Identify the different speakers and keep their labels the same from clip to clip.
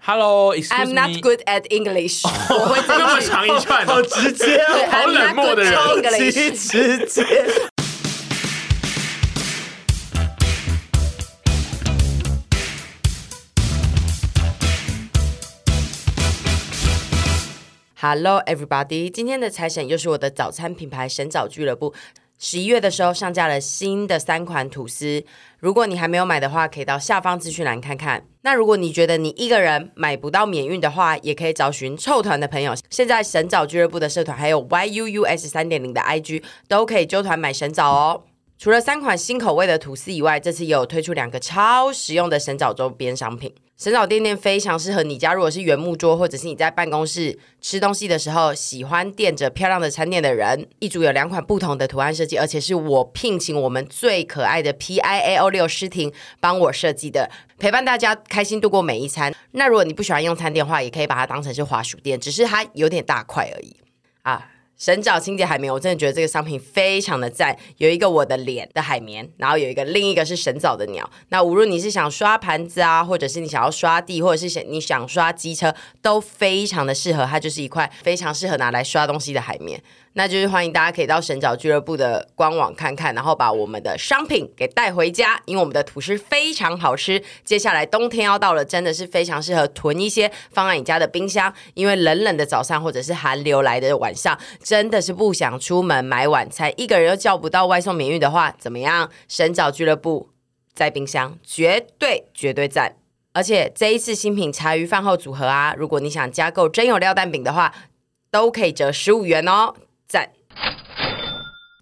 Speaker 1: Hello，excuse
Speaker 2: I'm not
Speaker 1: me。
Speaker 2: good at English，我会这
Speaker 3: 那么
Speaker 2: 一句。
Speaker 3: 长一串哦，
Speaker 4: 好直接哦，
Speaker 2: 对
Speaker 3: 好
Speaker 2: I'm
Speaker 3: 冷
Speaker 2: not
Speaker 3: 漠
Speaker 2: good
Speaker 3: 的人
Speaker 2: at
Speaker 4: 极
Speaker 2: English。
Speaker 4: 直接。
Speaker 2: Hello everybody，今天的财神又是我的早餐品牌神早俱乐部。十一月的时候上架了新的三款吐司，如果你还没有买的话，可以到下方资讯栏看看。那如果你觉得你一个人买不到免运的话，也可以找寻臭团的朋友。现在神早俱乐部的社团还有 YUUS 三点零的 IG 都可以揪团买神早哦。除了三款新口味的吐司以外，这次也有推出两个超实用的神早周边商品。神早店店非常适合你家，如果是原木桌，或者是你在办公室吃东西的时候，喜欢垫着漂亮的餐垫的人。一组有两款不同的图案设计，而且是我聘请我们最可爱的 P I A O 六诗婷帮我设计的，陪伴大家开心度过每一餐。那如果你不喜欢用餐垫的话，也可以把它当成是滑鼠垫，只是它有点大块而已。啊，神爪清洁海绵，我真的觉得这个商品非常的赞。有一个我的脸的海绵，然后有一个另一个是神藻的鸟。那无论你是想刷盘子啊，或者是你想要刷地，或者是想你想刷机车，都非常的适合。它就是一块非常适合拿来刷东西的海绵。那就是欢迎大家可以到神爪俱乐部的官网看看，然后把我们的商品给带回家，因为我们的吐司非常好吃。接下来冬天要到了，真的是非常适合囤一些放在你家的冰箱，因为冷冷的早上或者是寒流来的晚上，真的是不想出门买晚餐，一个人又叫不到外送免运的话，怎么样？神爪俱乐部在冰箱，绝对绝对赞！而且这一次新品茶余饭后组合啊，如果你想加购真有料蛋饼的话，都可以折十五元哦，赞！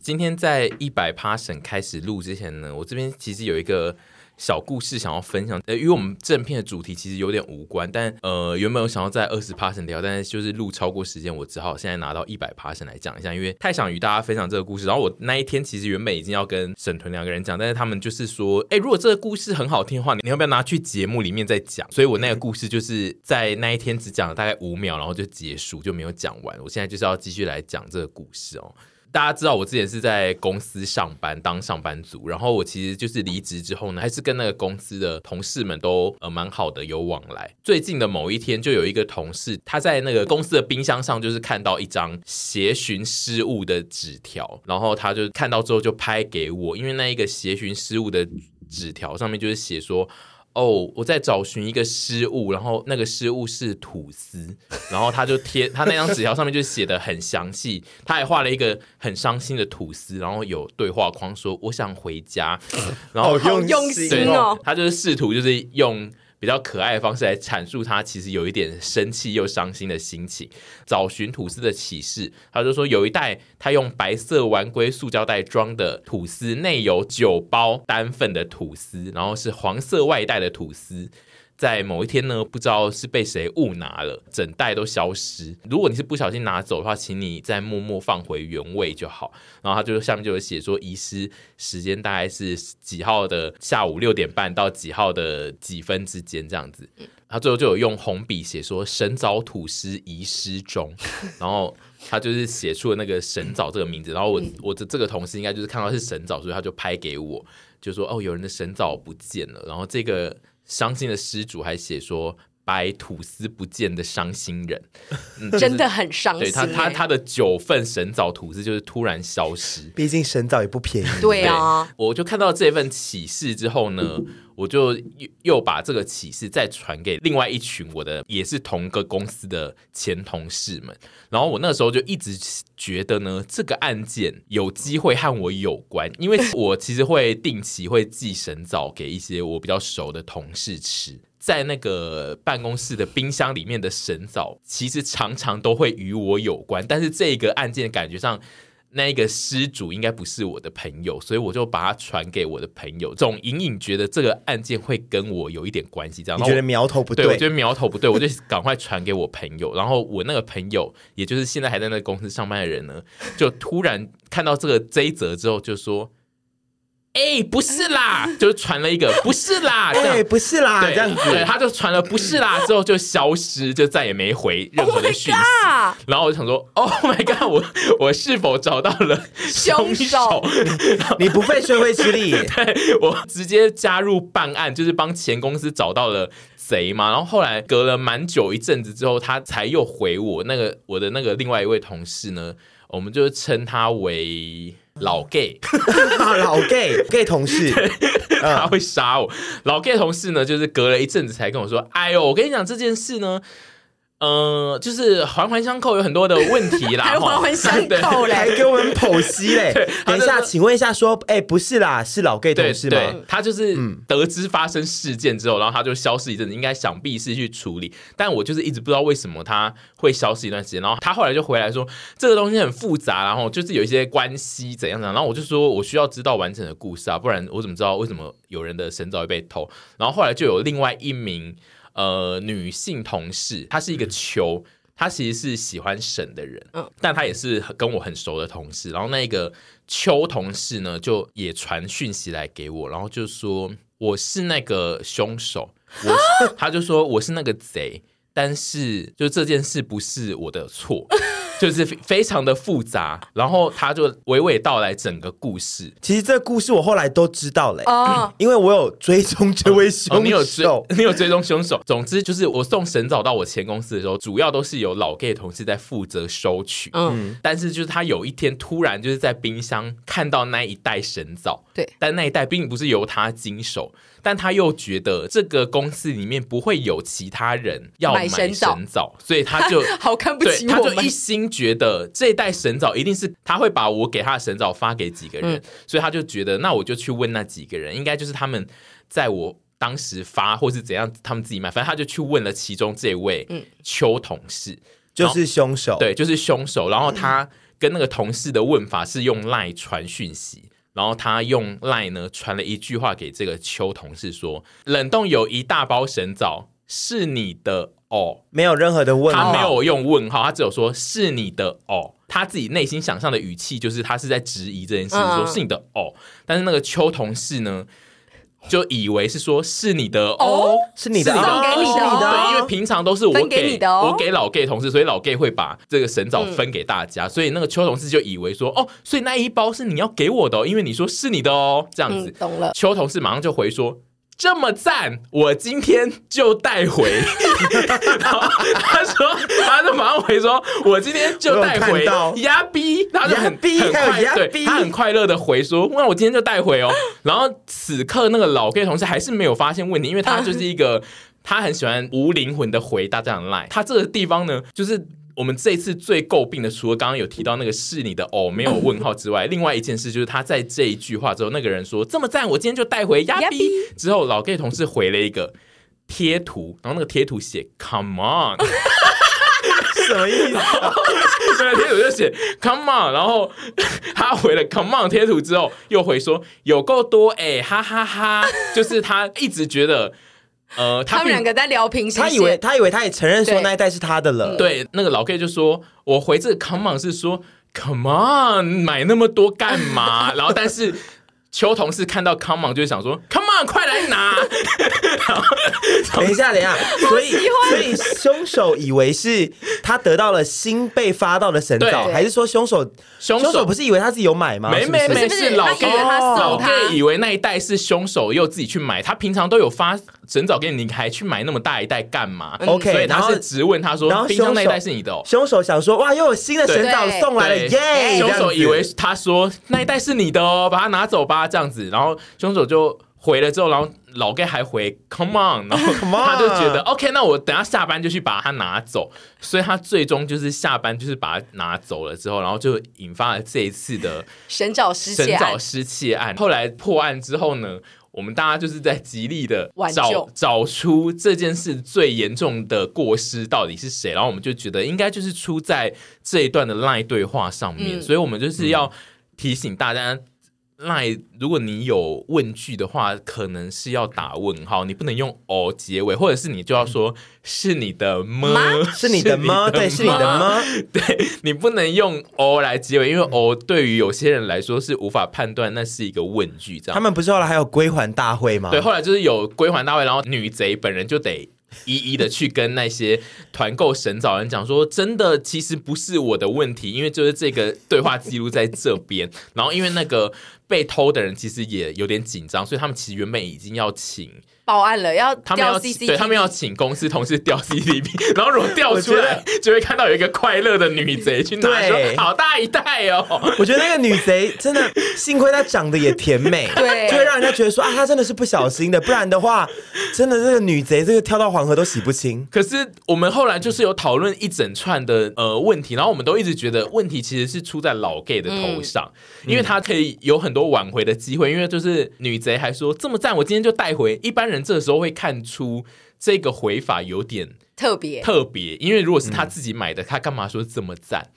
Speaker 1: 今天在一百 passion 开始录之前呢，我这边其实有一个小故事想要分享，呃，因为我们正片的主题其实有点无关，但呃，原本我想要在二十 passion 聊，但是就是录超过时间，我只好现在拿到一百 passion 来讲一下，因为太想与大家分享这个故事。然后我那一天其实原本已经要跟沈屯两个人讲，但是他们就是说，哎，如果这个故事很好听的话，你你要不要拿去节目里面再讲？所以我那个故事就是在那一天只讲了大概五秒，然后就结束，就没有讲完。我现在就是要继续来讲这个故事哦。大家知道我之前是在公司上班当上班族，然后我其实就是离职之后呢，还是跟那个公司的同事们都呃蛮好的有往来。最近的某一天，就有一个同事他在那个公司的冰箱上就是看到一张协寻失误的纸条，然后他就看到之后就拍给我，因为那一个协寻失误的纸条上面就是写说。哦，我在找寻一个失误，然后那个失误是吐司，然后他就贴他那张纸条上面就写的很详细，他还画了一个很伤心的吐司，然后有对话框说我想回家，然后
Speaker 4: 好用
Speaker 2: 用
Speaker 4: 心
Speaker 1: 对
Speaker 2: 心哦，
Speaker 1: 他就是试图就是用比较可爱的方式来阐述他其实有一点生气又伤心的心情。找寻吐司的启示，他就说有一袋他用白色丸龟塑胶袋装的吐司，内有九包单份的吐司，然后是黄色外带的吐司。在某一天呢，不知道是被谁误拿了，整袋都消失。如果你是不小心拿走的话，请你再默默放回原位就好。然后他就下面就有写说，遗失时间大概是几号的下午六点半到几号的几分之间这样子。
Speaker 2: 嗯
Speaker 1: 他最后就有用红笔写说“神早吐司遗失 中”，然后他就是写出了那个神早这个名字。然后
Speaker 2: 嗯
Speaker 1: 我我的这个同事应该就是看到是神早，所以他就拍给我，就说：“哦，有人的神早不见了。”然后这个伤心的失主还写说。白吐司不见的伤心人，嗯就是
Speaker 2: 真的很伤心、
Speaker 1: 对他，
Speaker 5: 欸
Speaker 1: 他他的九份神早吐司就是突然消失。
Speaker 4: 毕竟神早也不便宜，
Speaker 2: 对啊，
Speaker 1: 我就看到这份启示之后呢，我就又又把这个启示再传给另外一群我的也是同个公司的前同事们。然后我那时候就一直觉得呢，这个案件有机会和我有关，因为我其实会定期会寄神枣给一些我比较熟的同事吃。在那个办公室的冰箱里面的神枣，其实常常都会与我有关，但是这个案件感觉上那一个失主应该不是我的朋友，所以我就把它传给我的朋友，总隐隐觉得这个案件会跟我有一点关系，这样
Speaker 4: 你
Speaker 1: 然后
Speaker 4: 觉
Speaker 1: 我
Speaker 4: 得苗头不
Speaker 1: 对，我觉得苗头不对，我就赶快传给我朋友。然后我那个朋友，也就是现在还在那个公司上班的人呢，就突然看到这个这一则之后，就说：“哎、不是啦！”就是传了一个“不是啦”这样
Speaker 4: 哎对，。不是啦，
Speaker 2: 哎
Speaker 1: 对，
Speaker 4: 这样子，
Speaker 1: 对，他就传了“不是啦”之后就消失，就再也没回任何
Speaker 2: Oh
Speaker 1: 的
Speaker 2: my
Speaker 1: 讯息。
Speaker 2: god！
Speaker 1: 然后我就想说，Oh my god，我我是否找到了
Speaker 2: 凶手
Speaker 1: 手？
Speaker 4: 你不 费吹灰之力，
Speaker 1: 我直接加入办案，就是帮前公司找到了谁嘛？然后后来隔了蛮久一阵子之后，他才又回我那个我的那个另外一位同事呢，我们就称他为老 gay。
Speaker 4: 老 gay gay 同事，
Speaker 5: 嗯
Speaker 1: 他会杀我。老 gay 同事呢，就是隔了一阵子才跟我说：“哎呦，我跟你讲这件事呢，呃，就是环环相扣，有很多的问题啦。
Speaker 5: 还
Speaker 1: 吼”
Speaker 5: 环环 相扣
Speaker 4: 还
Speaker 5: 嘞。
Speaker 4: 给我们剖析嘞。等一
Speaker 1: 他
Speaker 4: 下，
Speaker 1: 就
Speaker 4: 请问一下，说，哎，不是啦，是老 gay
Speaker 1: 对
Speaker 4: 同事吗？
Speaker 1: 对，他就是得知发生事件之后，然后他就消失一阵子，应该想必是去处理。但我就是一直不知道为什么他会消失一段时间。然后他后来就回来说，这个东西很复杂，然后就是有一些关系怎样怎样。然后我就说我需要知道完整的故事啊，不然我怎么知道为什么有人的神早会被偷？然后后来就有另外一名呃女性同事，她是一个球。她其实是喜欢沈的人，
Speaker 5: 嗯
Speaker 1: 但她也是很跟我很熟的同事。然后那个邱同事呢，就也传讯息来给我，然后就说我是那个凶手，我 是他就说我是那个贼，但是就这件事不是我的错， 就是非非常的复杂。然后他就娓娓道来整个故事。
Speaker 4: 其实这故事我后来都知道嘞，
Speaker 5: 哦，
Speaker 4: 因为我有追踪这位凶
Speaker 1: 哦，你有追
Speaker 4: 手，，
Speaker 1: 你有追踪凶手。总之就是，我送神早到我前公司的时候，主要都是有老 gay 同事在负责收取。
Speaker 5: 嗯，
Speaker 1: 但是就是他有一天突然就是在冰箱看到那一袋神枣，
Speaker 5: 对
Speaker 1: 但那一袋并不是由他经手，但他又觉得这个公司里面不会有其他人要买
Speaker 5: 买
Speaker 1: 神
Speaker 5: 神枣
Speaker 1: 枣，所以他就
Speaker 5: 好看不
Speaker 1: 对，
Speaker 5: 起
Speaker 1: 他
Speaker 5: 我
Speaker 1: 就
Speaker 5: 们
Speaker 1: 一。心觉得这一袋神枣一定是他会把我给他的神枣发给几个人，
Speaker 5: 嗯
Speaker 1: 所以他就觉得那我就去问那几个人，应该就是他们在我当时发或是怎样，他们自己买，反正他就去问了其中这位
Speaker 5: 嗯
Speaker 1: 邱同事，
Speaker 4: 就是凶手。，
Speaker 1: 对，就是凶手。然后他跟那个同事的问法是用赖传讯息，然后他用赖呢传了一句话给这个邱同事说：“冷冻有一大包神枣，是你的哦。”
Speaker 4: 没有任何的问
Speaker 1: 他
Speaker 4: 号，
Speaker 1: 没
Speaker 5: 哦
Speaker 1: 有用问号，他只有说是你的哦。他自己内心想象的语气就是他是在质疑这件事，
Speaker 5: 嗯
Speaker 1: 说是你的哦。但是那个邱同事呢，就以为是说是你的哦
Speaker 5: 哦，
Speaker 4: 是你的
Speaker 1: 是你
Speaker 4: 哦，
Speaker 1: 的
Speaker 5: 送给你
Speaker 4: 是
Speaker 5: 的
Speaker 4: 你的
Speaker 5: 哦
Speaker 1: 对，因为
Speaker 4: 哦，
Speaker 1: 平常都是我
Speaker 5: 分给你的哦
Speaker 1: 我给老 gay 同事，所以老 gay 会把这个神枣分给大
Speaker 5: 嗯
Speaker 1: 家，所以那个邱同事就以为说，哦，所以那一包是你要给我的、哦，因为你说是你的哦，这样
Speaker 5: 嗯
Speaker 1: 子，。
Speaker 5: 懂了。
Speaker 1: 邱同事马上就回说。这么赞，我今天就带回。 然后他说，他就马上回说，我今天就带
Speaker 4: 我
Speaker 1: 回
Speaker 4: 有看。到
Speaker 1: 牙逼，他就很
Speaker 4: 呀逼
Speaker 1: 很
Speaker 4: 还有
Speaker 1: 快，
Speaker 4: 呀
Speaker 1: 对，
Speaker 4: 逼
Speaker 1: 他很快乐的回说，那我今天就带回哦。 然后此刻那个老 gay 同事还是没有发现问题，因为他就是 一个他很喜欢无灵魂的回答这样赖。他这个地方呢，就是。我们这次最诟病的，除了刚刚有提到那个是你的哦没有问号之外，另外一件事就是他在这一句话之后，那个人说这么赞，我今天就带回 呀
Speaker 5: 呀
Speaker 1: 逼
Speaker 5: 逼。
Speaker 1: 之后老 gay 同事回了一个贴图，然后那个贴图写 come on，
Speaker 4: 什么意思？
Speaker 1: 对，贴图就写 “come on”，然后他回了 “come on” 贴图之后，又回说有够多哎、哈哈哈就是他一直觉得，呃，
Speaker 5: 他
Speaker 1: 他
Speaker 5: 们
Speaker 1: 并
Speaker 5: 两个在聊平行
Speaker 4: 他以
Speaker 5: 线
Speaker 4: 为他以为他也承认说
Speaker 5: 对
Speaker 4: 那一袋是他的了，
Speaker 1: 对那个老 gay 就说，我回这个 “come on” 是说 “come on”，买那么多干 嘛？然后但是。邱同事看到 “come on” 就想说 “come on”，快来 拿！
Speaker 4: 等一下，等一下，所以所以凶手以为是他得到了新被发到的神枣，
Speaker 1: 对
Speaker 4: 还是说凶手
Speaker 1: 凶手
Speaker 4: 不是以为他自己有买吗？
Speaker 1: 没
Speaker 4: 啊是不
Speaker 1: 没
Speaker 4: 是
Speaker 1: 没，
Speaker 5: 不是不是
Speaker 1: 老
Speaker 5: 他
Speaker 1: gay
Speaker 5: 以为他送
Speaker 1: 老
Speaker 5: 他
Speaker 1: gay 以为那一袋是凶手，又自己去买。他平常都有发整早给你，你还去买那么大一袋干嘛？所以
Speaker 4: 嗯，OK，然
Speaker 1: 他
Speaker 4: 后
Speaker 1: 是直问他说
Speaker 4: 然：“后
Speaker 1: 冰箱那一
Speaker 4: 凶手
Speaker 1: 袋是你的哦。
Speaker 4: 凶手想说哇，又有新的神枣
Speaker 5: 对
Speaker 4: 送来了，
Speaker 1: 对
Speaker 4: 耶！
Speaker 1: 凶
Speaker 4: 这样
Speaker 1: 手
Speaker 4: 子
Speaker 1: 以为他说那一袋是你的哦，把它拿走吧，这样子。然后凶手就回了之后，然后老 gay 还回 “come on”，然 后
Speaker 4: Come on
Speaker 1: 他就觉得 “OK”，那我等下下班就去把它拿走。所以他最终就是下班就是把它拿走了之后，然后就引发了这一次的。
Speaker 5: 神找失
Speaker 1: 神
Speaker 5: 窃案
Speaker 1: 早，失窃案。后来破案之后呢，我们大家就是在极力的
Speaker 5: 挽救
Speaker 1: 找找出这件事最严重的过失到底是谁，然后我们就觉得应该就是出在这一段的赖对话上面，
Speaker 5: 嗯
Speaker 1: 所以我们就是要提醒大家。赖，如果你有问句的话，可能是要打问号，你不能用哦结尾，或者是你就要说
Speaker 5: 嗯
Speaker 1: 是你的么，
Speaker 4: 是你的吗？对，是你的吗？
Speaker 1: 对你不能用哦来结尾，因为哦对于有些人来说是无法判断那是一个问句，这
Speaker 4: 他
Speaker 1: 样。
Speaker 4: 们不是后来还有归还大会吗？
Speaker 1: 对，后来就是有归还大会，然后女贼本人就得一一的去跟那些团购神早人讲说，真的其实不是我的问题，因为就是这个对话记录在这边，然后因为那个被偷的人其实也有点紧张，所以他们其实原本已经要请
Speaker 5: 报案了，要
Speaker 1: 他们要
Speaker 5: 调 CC，
Speaker 1: 对他们要请公司同事调 CCTV，然后如果调出来，就会看到有一个快乐的女贼去拿
Speaker 4: 对
Speaker 1: 说好大一袋哦。
Speaker 4: 我觉得那个女贼真的，幸亏她长得也 甜美，
Speaker 5: 对
Speaker 4: 就会让人家觉得说啊，她真的是不小心的，不然的话，真的这个女贼这个跳到黄河都洗不清。
Speaker 1: 可是我们后来就是有讨论一整串的呃问题，然后我们都一直觉得问题其实是出在老 gay 的头上，
Speaker 5: 嗯
Speaker 1: 嗯因为他可以有很多挽回的机会，因为就是女贼还说这么赞，我今天就带回。一般人这时候会看出这个回法有点
Speaker 5: 特别。
Speaker 1: 特别，因为如果是他自己买的，他干嘛说这么赞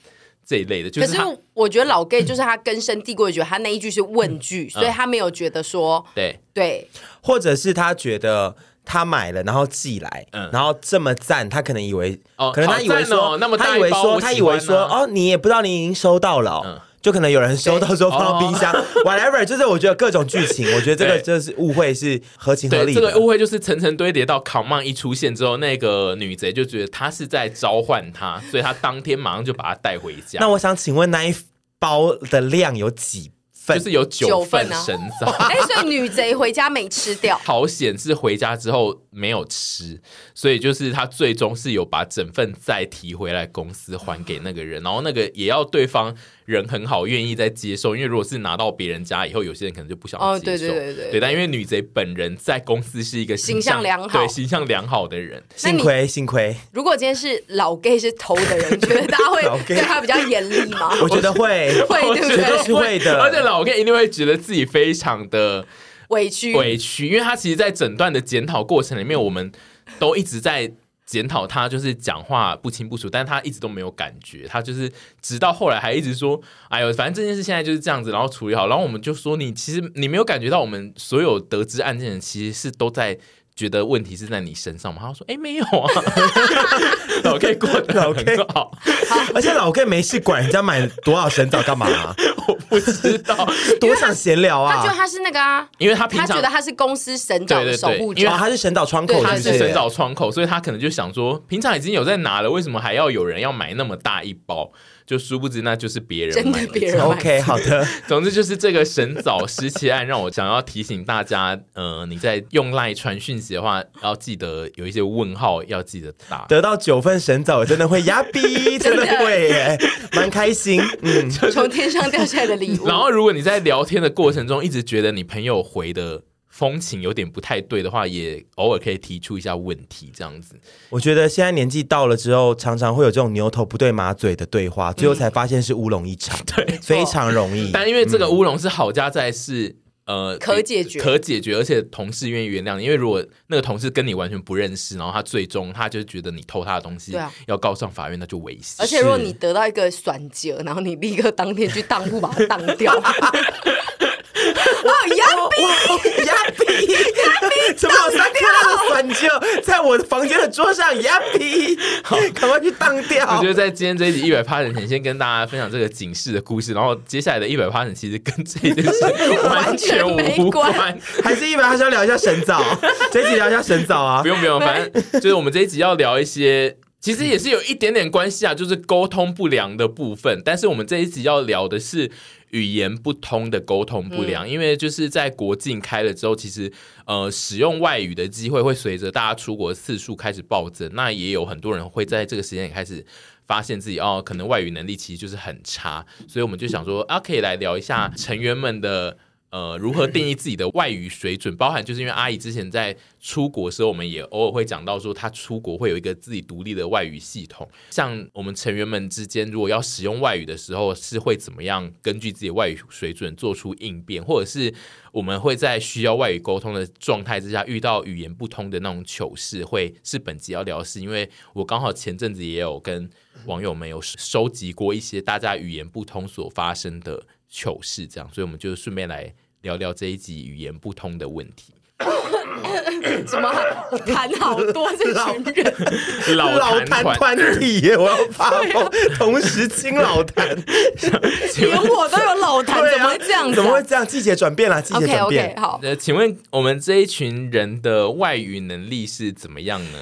Speaker 1: 这一类的？就
Speaker 5: 嗯可
Speaker 1: 是
Speaker 5: 是
Speaker 1: 他
Speaker 5: 我觉得老 gay 就是他根深蒂固的觉得他那一句是问
Speaker 1: 嗯
Speaker 5: 句，所以他没有觉得说
Speaker 1: 对
Speaker 5: 对
Speaker 4: 或者是他觉得他买了，然后寄来，
Speaker 1: 嗯
Speaker 4: 然后这么赞，他可能以为，
Speaker 1: 哦
Speaker 4: 可能他以为
Speaker 1: 好赞
Speaker 4: 说，
Speaker 1: 哦那么大
Speaker 4: 他以为
Speaker 1: 一包
Speaker 4: 说，
Speaker 1: 我喜
Speaker 4: 他
Speaker 1: 欢
Speaker 4: 以为说，
Speaker 1: 啊
Speaker 4: 哦，你也不知道你已经收到了哦、
Speaker 1: 嗯
Speaker 4: 就可能有人收到之后放到
Speaker 1: 对哦
Speaker 4: 冰箱、w h a t e v e r 就是我觉得各种剧情，我觉得这个
Speaker 1: 对
Speaker 4: 就是误会是合情合
Speaker 1: 对，
Speaker 4: 理
Speaker 1: 这
Speaker 4: 的。
Speaker 5: 啊
Speaker 1: 个误会就是层层堆叠到康曼一出现之后，那个女贼就觉得他是在召唤他，所以他当天马上就把他带回家。
Speaker 4: 那我想请问那一包的量有几份？
Speaker 1: 就是有九份
Speaker 5: 九份啊
Speaker 1: 神枣。，
Speaker 5: 哎，所以女贼回家没吃掉
Speaker 1: 好险是回家之后没有吃，所以就是他最终是有把整份再提回来公司还给那个人，然后那个也要对方人很好，愿意再接受，因为如果是拿到别人家以后，有些人可能就不想接受。
Speaker 5: 哦对对对对
Speaker 1: 但因为女贼本人在公司是一个
Speaker 5: 形象良好
Speaker 1: 对形象良好的 人，
Speaker 5: 那
Speaker 4: 幸
Speaker 5: 你
Speaker 4: 亏幸亏，
Speaker 5: 如果今天是老 gay 是偷的人，觉得大家
Speaker 4: 老
Speaker 5: 会
Speaker 4: gay
Speaker 5: 对他比较严厉吗？
Speaker 4: 我觉得会。
Speaker 5: 会对不
Speaker 4: 觉得是
Speaker 5: 对？
Speaker 4: 会 的
Speaker 1: 而且老 K 一定会觉得自己非常的
Speaker 5: 委屈，
Speaker 1: 委屈，因为他其实，在整段的检讨过程里面，我们都一直在检讨他，就是讲话不清不楚，但他一直都没有感觉，他就是直到后来还一直说：“哎呦，反正这件事现在就是这样子，然后处理好。”然后我们就说你：“其实你没有感觉到，我们所有得知案件的人其实是都在。”觉得问题是在你身上吗？他说：“哎、没有啊， 老 K 过得
Speaker 4: 老 K
Speaker 1: 很好，
Speaker 4: 而且老 K 没事管人家买多少神枣干嘛、啊？
Speaker 1: 我不知道，
Speaker 4: 多想闲聊
Speaker 5: 他觉得
Speaker 4: 啊！
Speaker 5: 他是那个啊，
Speaker 1: 因为他平
Speaker 5: 他觉
Speaker 1: 常
Speaker 5: 得他是公司神长的守护
Speaker 1: 对对对因
Speaker 5: 者
Speaker 1: 为
Speaker 4: 哦，，他是神岛窗口，
Speaker 5: 对
Speaker 1: 他
Speaker 4: 是不
Speaker 1: 是
Speaker 4: 是
Speaker 1: 神找窗口，所以他可能就想说，平常已经有在拿了，为什么还要有人要买那么大一包？就殊不知那就是别人
Speaker 5: 真
Speaker 1: 买
Speaker 5: 的
Speaker 1: 的
Speaker 5: 别人买
Speaker 4: OK，好的，
Speaker 1: 总之就是这个神早失窃案，让我想要提醒大家，呃，你在用赖传讯息的话，要记得有一些问号要记得打。
Speaker 4: 得到九份神枣，我真的会 呀比，真的会耶，蛮开心。嗯，
Speaker 5: 从天上掉下来的 礼物。
Speaker 1: 然后如果你在聊天的过程中一直觉得你朋友回的风情有点不太对的话，也偶尔可以提出一下问题，这样子。
Speaker 4: 我觉得现在年纪到了之后，常常会有这种牛头不对马嘴的对话，最后才发现是乌龙一场，对，非常容易。
Speaker 1: 嗯哦但因为这个乌龙是好家在是。呃，
Speaker 5: 可解决
Speaker 1: 可解决，而且同事愿意原谅你。因为如果那个同事跟你完全不认识，然后他最终他就觉得你偷他的东西，
Speaker 5: 对啊
Speaker 1: 要告上法院，那就危险。
Speaker 5: 而且如果你得到一个选择，然后你立刻当天去当铺把它当 掉，哦呀，
Speaker 4: 哇，呀比，怎么有三颗的蒜就在我的房间的桌上？呀比，赶快去当
Speaker 1: 我
Speaker 4: 掉
Speaker 5: 哦
Speaker 1: 觉。得在今天这一集一百趴人前，先跟大家分享这个警示的故事，然后接下来的一百趴人其实跟这件 事完全无
Speaker 5: 没
Speaker 1: 关
Speaker 5: 关。
Speaker 4: 还是一百，还是要聊一下神枣，这一集聊一下神枣啊
Speaker 1: 不。用不用，反正 就是我们这一集要聊一些，其实也是有一点点关系啊，就是沟通不良的部分。但是我们这一集要聊的是语言不通的沟通不良，因为就是在国境开了之后，其实呃使用外语的机会会随着大家出国的次数开始暴增，那也有很多人会在这个时间点开始。发现自己哦，可能外语能力其实就是很差，所以我们就想说啊，可以来聊一下成员们的呃，如何定义自己的外语水准， 包含就是因为阿姨之前在出国的时候，我们也偶尔会讲到说，她出国会有一个自己独立的外语系统。像我们成员们之间，如果要使用外语的时候，是会怎么样根据自己的外语水准做出应变，或者是我们会在需要外语沟通的状态之下，遇到语言不通的那种糗事，会是本集要聊的事。因为我刚好前阵子也有跟网友们有收集过一些大家语言不通所发生的糗事，这样，所以我们就顺便来聊聊这一集语言不通的问 题。
Speaker 5: 怎么谈好多这群人？
Speaker 1: 老
Speaker 4: 坛
Speaker 1: 团团，
Speaker 4: 团体耶，我要发疯，同时清老坛，
Speaker 1: 请
Speaker 5: 连
Speaker 1: 问
Speaker 5: 我都有老谈，
Speaker 4: 对
Speaker 5: 怎么
Speaker 4: 啊
Speaker 5: 会这样子
Speaker 4: 怎么
Speaker 5: 啊
Speaker 4: 会这样？季节转变了，季节
Speaker 5: ？OK
Speaker 4: 转
Speaker 5: OK，
Speaker 4: 变。
Speaker 5: 好，
Speaker 1: 呃，请问我们这一群人的外语能力是怎么样呢？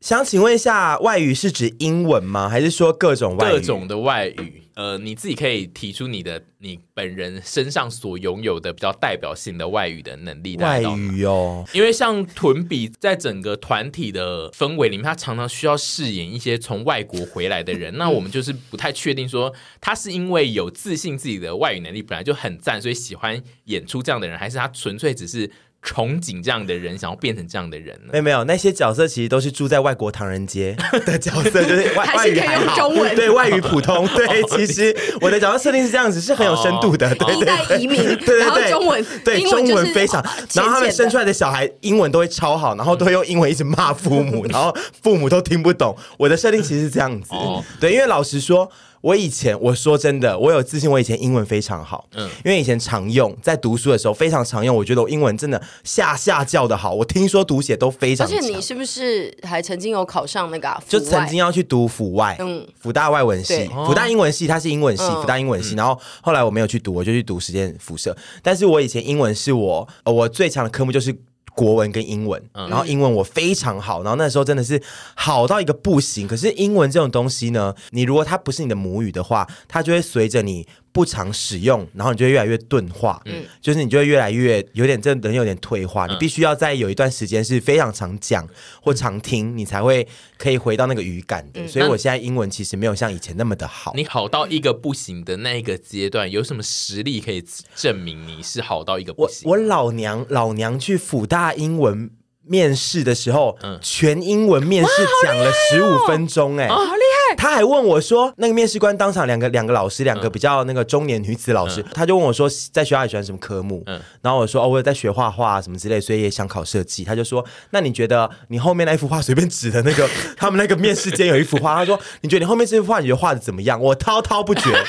Speaker 4: 想请问一下，外语是指英文吗？还是说各种外语？
Speaker 1: 各种的外语，呃，你自己可以提出你的你本人身上所拥有的比较代表性的外语的能力。大
Speaker 4: 外
Speaker 1: 概到哪
Speaker 4: 语哦。
Speaker 1: 因为像屯比在整个团体的氛围里面，他常常需要饰演一些从外国回来的人。那我
Speaker 4: 嗯
Speaker 1: 们就是不太确定说他是因为有自信自己的外语能力本来就很赞，所以喜欢演出这样的人，还是他纯粹只是憧憬这样的人，想要变成这样的人呢
Speaker 4: 没？有没有，那些角色其实都是住在外国唐人 街的角色，就是外
Speaker 5: 还
Speaker 4: 外
Speaker 5: 是可以
Speaker 4: 语还
Speaker 5: 用
Speaker 4: 好，
Speaker 5: 中文
Speaker 4: 对外语普通。对，其实我的角色设定是这样子，是很有深度
Speaker 1: 哦
Speaker 4: 的。对
Speaker 5: 一
Speaker 4: 对
Speaker 5: 代移民，
Speaker 4: 对
Speaker 5: 然后
Speaker 4: 对，
Speaker 5: 中文，
Speaker 4: 对
Speaker 5: 英文
Speaker 4: 中
Speaker 5: 就是啊
Speaker 4: 文非常，
Speaker 2: 哦
Speaker 4: 然后他们生出来的小孩英文都会超好，然后都会用英文一直骂父母，然后父母都听不懂。我的设定其实是这样子
Speaker 1: 哦，
Speaker 4: 对，因为老实说。我以前我说真的，我有自信，我以前英文非常好，嗯，因为以前常用，在读书的时候非常常用，我觉得我英文真的下下叫的好，我听说读写都非
Speaker 2: 而
Speaker 4: 常强。
Speaker 2: 且你是不是还曾经有考上那个、啊、
Speaker 4: 就
Speaker 2: 辅外
Speaker 4: 曾经要去读辅外，嗯
Speaker 2: 嗯，
Speaker 4: 辅大外文系
Speaker 2: 对，
Speaker 4: 辅大英文系，它是英文系，
Speaker 2: 嗯
Speaker 4: 辅大英文系。然后后来我没有去读，我就去读实践辐射。但是我以前英文是我呃我最强的科目就是。国文跟英文，然后英文我非常好，然后那时候真的是好到一个不行。可是英文这种东西呢，你如果它不是你的母语的话，它就会随着你不常使用，然后你就会越来越钝化，嗯，就是你就会越来越有点这人有点退化，你必须要在有一段时间是非常常讲或常听，你才会可以回到嗯那个语感的。所以我现在英文其实没有像以前那么的好。
Speaker 1: 你好到一个不行的那一个阶段，有什么实力可以证明你是好到一个不
Speaker 4: 我
Speaker 1: 行？
Speaker 4: 我老娘老娘去辅大英文面试的时候，
Speaker 1: 嗯
Speaker 4: 全英文面试讲了十五分钟、
Speaker 1: 哦
Speaker 4: 哎、好厉害！他还问我说，那个面试官当场两个两个老师，两个比较那个中年女子老师，他就问我说，在学校里喜欢什么科目？
Speaker 1: 嗯
Speaker 4: 然后我说哦，我有在学画画什么之类，所以也想考设计。他就说，那你觉得你后面那一幅画随便指的那个， 他们那个面试间有一幅画，他说你觉得你后面这幅画你觉得画的怎么样？我滔滔 不绝，
Speaker 2: 啊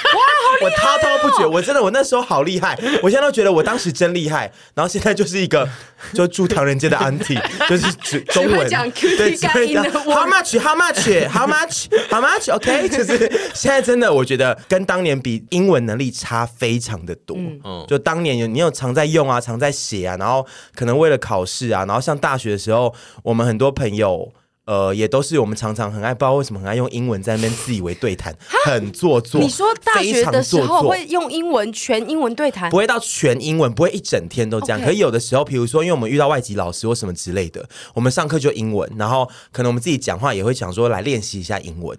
Speaker 4: 我滔滔不绝，我真的我那时候好厉害，我现在都觉得我当时真厉害，然后现在就是一个就住唐人街的 auntie，就是指中
Speaker 2: 只
Speaker 4: 文
Speaker 2: 会讲 Q
Speaker 4: 对，
Speaker 2: T
Speaker 4: 只
Speaker 2: 加
Speaker 4: 会
Speaker 2: in
Speaker 4: 讲
Speaker 2: 的
Speaker 4: how much how much how much how much OK，就是现在真的我觉得跟当年比，英文能力差非常的多，
Speaker 1: 嗯
Speaker 4: 就当年有你有常在用啊，常在写啊，然后可能为了考试啊，然后上大学的时候，我们很多朋友。呃，也都是我们常常很爱，不知道为什么很爱用英文在那边自以为对谈，很做作。
Speaker 2: 你说大
Speaker 4: 非
Speaker 2: 学
Speaker 4: 常
Speaker 2: 的时
Speaker 4: 做
Speaker 2: 候
Speaker 4: 作
Speaker 2: 会用英文全英文对谈
Speaker 4: 不，会到全英文，不会一整天都这样。
Speaker 2: OK
Speaker 4: 可是有的时候，比如说，因为我们遇到外籍老师或什么之类的，我们上课就英文，然后可能我们自己讲话也会想说来练习一下英文，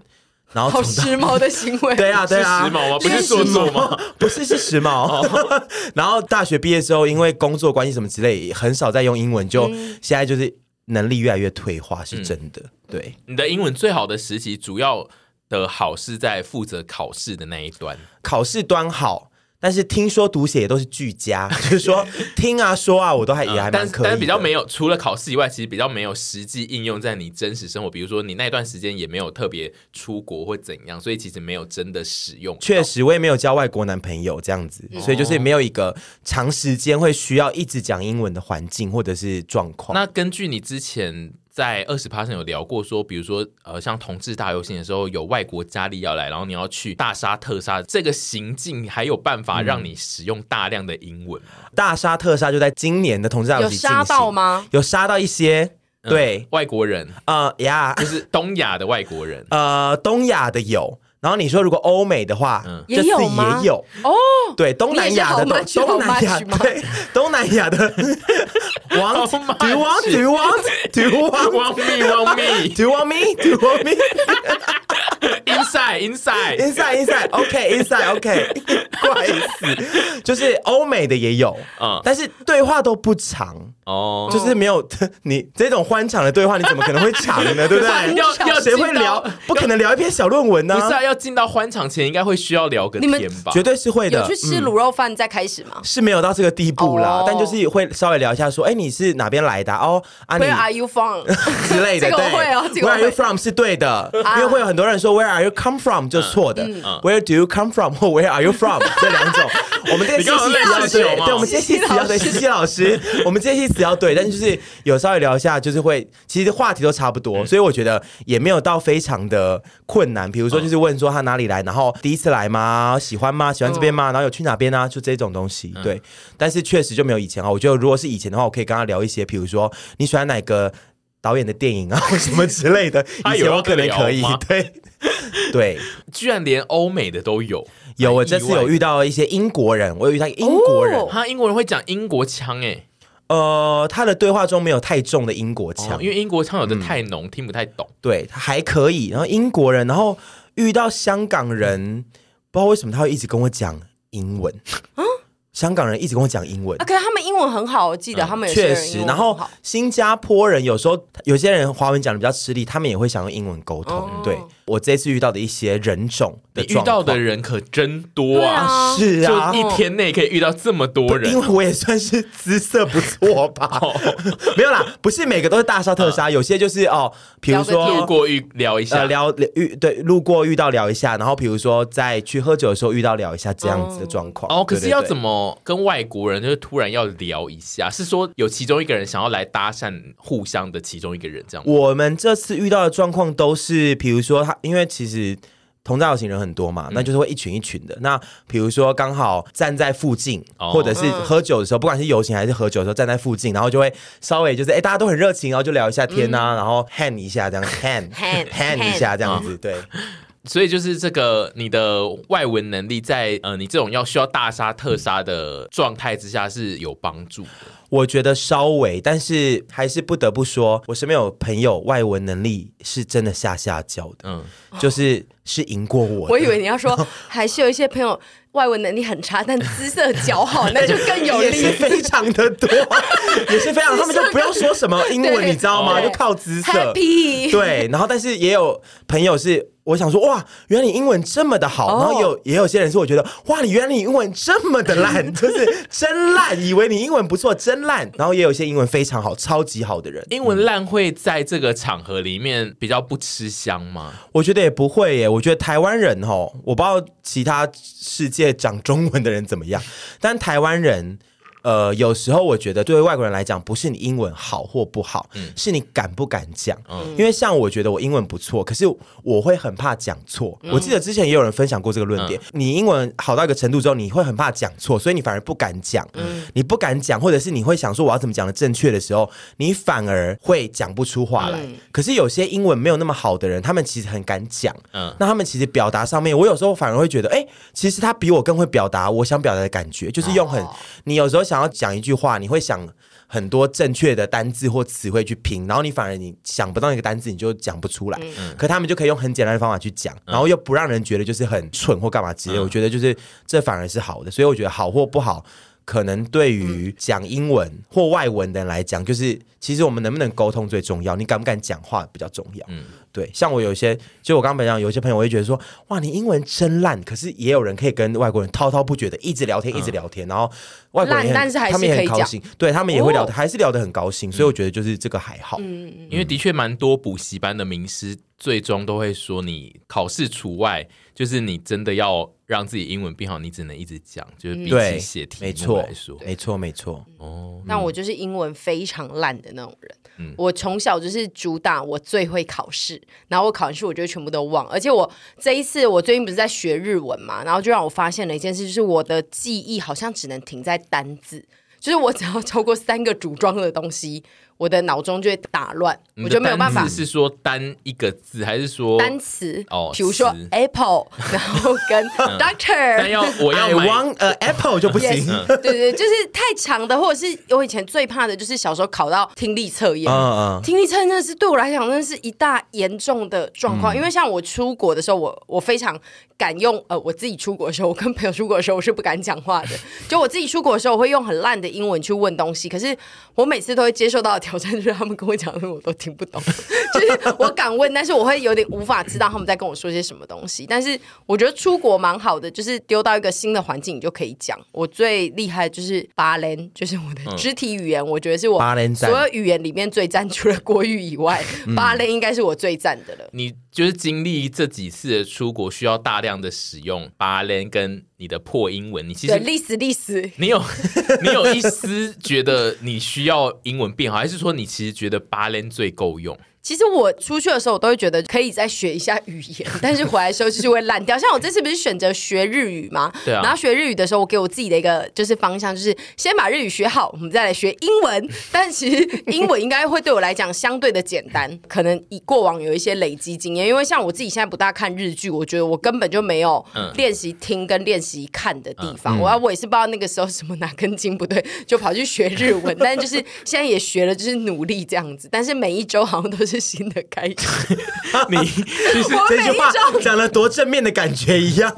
Speaker 4: 然后
Speaker 2: 好
Speaker 4: 走到
Speaker 2: 时髦的行为。
Speaker 4: 对啊，对
Speaker 1: 是
Speaker 4: 啊，
Speaker 1: 时髦吗不是
Speaker 4: 时
Speaker 1: 做作吗哦
Speaker 4: 髦？ 不是，是时髦。 然后大学毕业之后，因为工作关系什么之类，很少再用英文，就
Speaker 1: 嗯
Speaker 4: 现在就是能力越来越退化，是真的。对，
Speaker 1: 你的英文最好的时期，主要的好是在负责考试的那一端。
Speaker 4: 考试端好。但是听说读写也都是俱佳，就是说听啊说啊，我都还也还蛮
Speaker 1: 嗯但
Speaker 4: 可以的、
Speaker 1: 但是比较没有，除了考试以外，其实比较没有实际应用在你真实生活。比如说你那段时间也没有特别出国或怎样，所以其实没有真的使用。
Speaker 4: 确，实，我也没有交外国男朋友这样子，
Speaker 2: 嗯
Speaker 4: 所以就是没有一个长时间会需要一直讲英文的环境或者是状况。
Speaker 1: 那根据你之前在二十趴上有聊过说，比如说呃，像同志大游行的时候，有外国佳丽要来，然后你要去大杀特杀，这个行径还有办法让你使用大量的英 文吗？
Speaker 4: 大杀特杀就在今年的同志大游
Speaker 2: 有
Speaker 4: 行
Speaker 2: 杀
Speaker 4: 进行
Speaker 2: 到？吗？
Speaker 4: 有杀到一些，对，
Speaker 1: 外国人
Speaker 4: 呃呀，。
Speaker 1: 就是东亚的外国人
Speaker 4: 呃，东亚的有。然后你说如果欧美的话，
Speaker 1: 嗯
Speaker 4: 这次
Speaker 2: 也有吗
Speaker 4: 也有
Speaker 2: 哦，
Speaker 4: 对东南亚的
Speaker 2: 你也是
Speaker 4: 东
Speaker 2: 好 much，
Speaker 4: 东南亚
Speaker 2: 好 much 吗
Speaker 4: 对东南亚的 王
Speaker 1: How much？
Speaker 4: Do you want Do you want Do you want
Speaker 1: Want me, want me,
Speaker 4: Do you want me Do you want me
Speaker 1: inside, inside。
Speaker 4: Inside Inside OK Inside OK，怪 死，就是欧美的也有，
Speaker 1: 嗯
Speaker 4: 但是对话都不长，
Speaker 1: 哦，
Speaker 4: 就是没有 你这种欢场的对话，你怎么可能会长呢？对不对？
Speaker 1: 要要
Speaker 4: 谁会
Speaker 1: 进到
Speaker 4: 聊？不可能聊一篇小论文呢、
Speaker 1: 不是啊，要进到欢场前应该会需要聊个
Speaker 2: 你们
Speaker 1: 天吧？
Speaker 4: 绝对是会的嗯
Speaker 2: 有。去吃卤肉饭再开始吗？
Speaker 4: 是没有到这个地步啦
Speaker 2: 哦
Speaker 4: 但就是会稍微聊一下，说，哎、你是哪边来的啊、哦，啊，你
Speaker 2: ？Where are you from？啊
Speaker 4: 之类的，
Speaker 2: 这个我
Speaker 4: 对
Speaker 2: 会哦这个
Speaker 4: Where
Speaker 2: 我
Speaker 4: are
Speaker 2: 会
Speaker 4: you from 是对的，因为会有很多人说 Where are you come from 就错的，Where do you come from 或 Where are you from 这两种。我们这些
Speaker 1: 你刚刚
Speaker 4: 信息
Speaker 1: 在
Speaker 4: 要
Speaker 1: 练习
Speaker 4: 对，
Speaker 1: 吗
Speaker 4: 对，我们这些信息要对，西西老师，我们这些信息要对，但就是有稍微聊一下，就是会，其实话题都差不多，所以我觉得也没有到非常的困难。比如说，就是问说他哪里来，然后第一次来吗？喜欢吗？喜欢这边吗？然后有去哪边啊？就这种东西，对。但是确实就没有以前啊。我觉得如果是以前的话，我可以跟他聊一些，比如说你喜欢哪个。导演的电影啊或什么之类的，
Speaker 1: 他
Speaker 4: 以前
Speaker 1: 有
Speaker 4: 我可能
Speaker 1: 要
Speaker 4: 可以
Speaker 1: 聊吗，
Speaker 4: 对 对，
Speaker 1: 居然连欧美的都有。
Speaker 4: 有我
Speaker 1: 蛮意
Speaker 4: 这次
Speaker 1: 外
Speaker 4: 有
Speaker 1: 的
Speaker 4: 遇到一些英国人，我有遇到一个英国人，
Speaker 2: 哦
Speaker 1: 他英国人会讲英国腔哎、
Speaker 4: 呃，他的对话中没有太重的英国
Speaker 1: 欸
Speaker 4: 腔，
Speaker 1: 因为英国腔有的太浓，听不太懂。
Speaker 4: 对他还可以，然后英国人，然后遇到香港人，不知道为什么他会一直跟我讲英文，香港人一直跟我讲英文
Speaker 2: 啊，。可是他们英文很好，我记得他们有些
Speaker 4: 啊确
Speaker 2: 人
Speaker 4: 实，
Speaker 2: 英文
Speaker 4: 然后
Speaker 2: 很好
Speaker 4: 新加坡人有时候有些人华文讲的比较吃力，他们也会想用英文沟通。
Speaker 2: 哦
Speaker 4: 对我这次遇到的一些人种的
Speaker 1: 你遇到的
Speaker 4: 状
Speaker 1: 人可真多啊！
Speaker 4: 况嗯是啊哦
Speaker 1: 就，一天内可以遇到这么多人哦
Speaker 4: 因，为我也算是姿色不错吧， 没有啦，不是每个都是大杀特杀，有些就是哦，比如
Speaker 2: 聊个天
Speaker 1: 路
Speaker 4: 说。
Speaker 1: 过遇啊聊一下，
Speaker 4: 呃，聊聊遇对路过遇到聊一下，然后比如说在去喝酒的时候遇到聊一下这样子的状况。
Speaker 1: 哦，可是要怎
Speaker 4: 么？
Speaker 1: 么跟外国人就是突然要聊一下？是说有其中一个人想要来搭讪，互相的其中一个人这样吗？
Speaker 4: 我们这次遇到的状况都是，比如说他，因为其实。同道型人很多嘛，那就是会一群一群的。那比如说刚好站在附近，
Speaker 1: 哦
Speaker 4: 或者是喝酒的时候，不管是游行还是喝酒的时候，站在附近，然后就会稍微就是哎、大家都很热情，然后就聊一下天啊呐、然后 hand 一下这样 hand
Speaker 5: Hand
Speaker 4: hand 一下这样子，对。
Speaker 1: 所以就是这个你的外文能力在呃你这种要需要大杀特杀的状态之下是有帮助的。
Speaker 4: 我觉得稍微，但是还是不得不说，我身边有朋友外文能力是真的下下焦的，
Speaker 1: 嗯，
Speaker 4: 就是是赢过我的。
Speaker 2: 我以为你要说，还是有一些朋友外文能力很差，但姿色姣 好，那就更有
Speaker 4: 也
Speaker 2: 力
Speaker 4: 是。非常的 多，也是非常，他们就不用说什么英文，
Speaker 2: 对
Speaker 4: 你知道吗？
Speaker 2: 对
Speaker 4: 就靠姿色。
Speaker 2: Happy，
Speaker 4: 对，然后但是也有朋友是，我想说哇，原来你英文这么的好，
Speaker 2: 哦
Speaker 4: 然后有也有些人是我觉得哇，你原来你英文这么的 烂，就是真烂，以为你英文不错，真烂。然后也有一些英文非常好，超级好的人，
Speaker 1: 英文烂会在这个场合里面比较不吃香吗？
Speaker 4: 我觉得也不会耶。我觉得台湾人哦，我不知道其他世界讲中文的人怎么样，但台湾人。呃，有时候我觉得对外国人来讲，不是你英文好或不好，是你敢不敢讲。因为像我觉得我英文不错，可是我会很怕讲错。我记得之前也有人分享过这个论点，你英文好到一个程度之后，你会很怕讲错，所以你反而不敢讲。你不敢讲，或者是你会想说我要怎么讲的正确的时候，你反而会讲不出话来。可是有些英文没有那么好的人，他们其实很敢讲。
Speaker 1: 嗯
Speaker 4: 那他们其实表达上面，我有时候反而会觉得，哎、其实他比我更会表达我想表达的感觉，就是用很，你有时候想要讲一句话，你会想。很多正确的单字或词汇去拼，然后你反而你想不到那个单字，你就讲不出来。可他们就可以用很简单的方法去讲，然后又不让人觉得就是很蠢或干嘛之类。我觉得就是这反而是好的，所以我觉得好或不好，可能对于讲英文或外文的人来讲，就是其实我们能不能沟通最重要，你敢不敢讲话比较重要。对，像我有一些，就我刚刚讲，有一些朋友我会觉得说，哇，你英文真烂。可是也有人可以跟外国人滔滔不绝的一直聊天，一直聊天，然后外国人也很
Speaker 2: 嗯烂但是还是
Speaker 4: 他们也
Speaker 2: 可
Speaker 4: 很
Speaker 2: 以
Speaker 4: 高
Speaker 2: 讲
Speaker 4: 兴，对他们也会聊，
Speaker 2: 哦嗯
Speaker 4: 还是聊得很高兴。所以我觉得就是这个还好。
Speaker 1: 因为的确蛮多补习班的名师最终都会说，你考试除外，就是你真的要让自己英文变好，你只能一直讲，
Speaker 2: 嗯
Speaker 1: 就是比
Speaker 4: 对
Speaker 1: 起写题
Speaker 4: 没
Speaker 1: 目
Speaker 4: 错
Speaker 1: 来说，，
Speaker 4: 没错，没错。
Speaker 1: 哦，
Speaker 2: 但我就是英文非常烂的那种人。
Speaker 1: 嗯
Speaker 2: 我从小就是主打我最会考试，然后我考完试我就会全部都忘。而且我这一次我最近不是在学日文嘛，然后就让我发现了一件事，就是我的记忆好像只能停在单字，就是我只要超过三个组装的东西，我的脑中就会打乱，
Speaker 1: 你
Speaker 2: 我
Speaker 1: 的
Speaker 2: 就没有办法
Speaker 1: 单字是说单一个字，还是说
Speaker 2: 单词
Speaker 1: 哦
Speaker 2: 比如说
Speaker 1: 词 嗯
Speaker 2: apple，然后跟 doctor，
Speaker 1: 但要我要
Speaker 4: I
Speaker 1: 买呃
Speaker 4: want a apple 就不行
Speaker 2: Yes 对对，就是太长的，或者是我以前最怕的就是小时候考到听力测验。
Speaker 4: 嗯嗯
Speaker 2: 听力测验真的是对我来讲，真的是一大严重的状况。因为像我出国的时候，我我非常敢用呃，我自己出国的时候，我跟朋友出国的时候，我是不敢讲话的。就我自己出国的时候，我会用很烂的英文去问东西，可是我每次都会接受到的挑战就是他们跟我讲的我都听不懂， 就是我敢问，但是我会有点无法知道他们在跟我说些什么东西。但是我觉得出国蛮好的，就是丢到一个新的环境，你就可以讲。我最厉害的就是巴lenn，就是我的肢体语言，我觉得是我
Speaker 4: 巴lenn 赞
Speaker 2: 所有哦语言里面最赞，除了国语以外，
Speaker 1: 嗯
Speaker 2: 芭蕾应该是我最赞的了。
Speaker 1: 你就是经历这几次的出国，需要大量的使用巴lenn 跟你的破英文，你其
Speaker 2: 对，
Speaker 1: 实
Speaker 2: 历史历史，
Speaker 1: 你有 你有一丝觉得你需要英文变好，还是说你其实觉得巴lenn 最够用？
Speaker 2: 其实我出去的时候，我都会觉得可以再学一下语言，但是回来的时候就是会烂掉。像我这次不是选择学日语嘛，
Speaker 1: 对啊
Speaker 2: 然后学日语的时候，我给我自己的一个就是方向，就是先把日语学好，我们再来学英文。但其实英文应该会对我来讲相对的简单，可能以过往有一些累积经验，因为像我自己现在不大看日剧，我觉得我根本就没有
Speaker 1: 嗯
Speaker 2: 练习听跟练习看的地
Speaker 4: 嗯
Speaker 2: 方。我要我也是不知道那个时候什么哪根筋不对，就跑去学日文，但是就是现在也学了，就是努力这样子。但是每一周好像都是新的开始。
Speaker 1: 你就是
Speaker 2: 我
Speaker 4: 这
Speaker 2: 每
Speaker 4: 句
Speaker 2: 一
Speaker 4: 话
Speaker 2: 周
Speaker 4: 讲了多正面的感觉一样，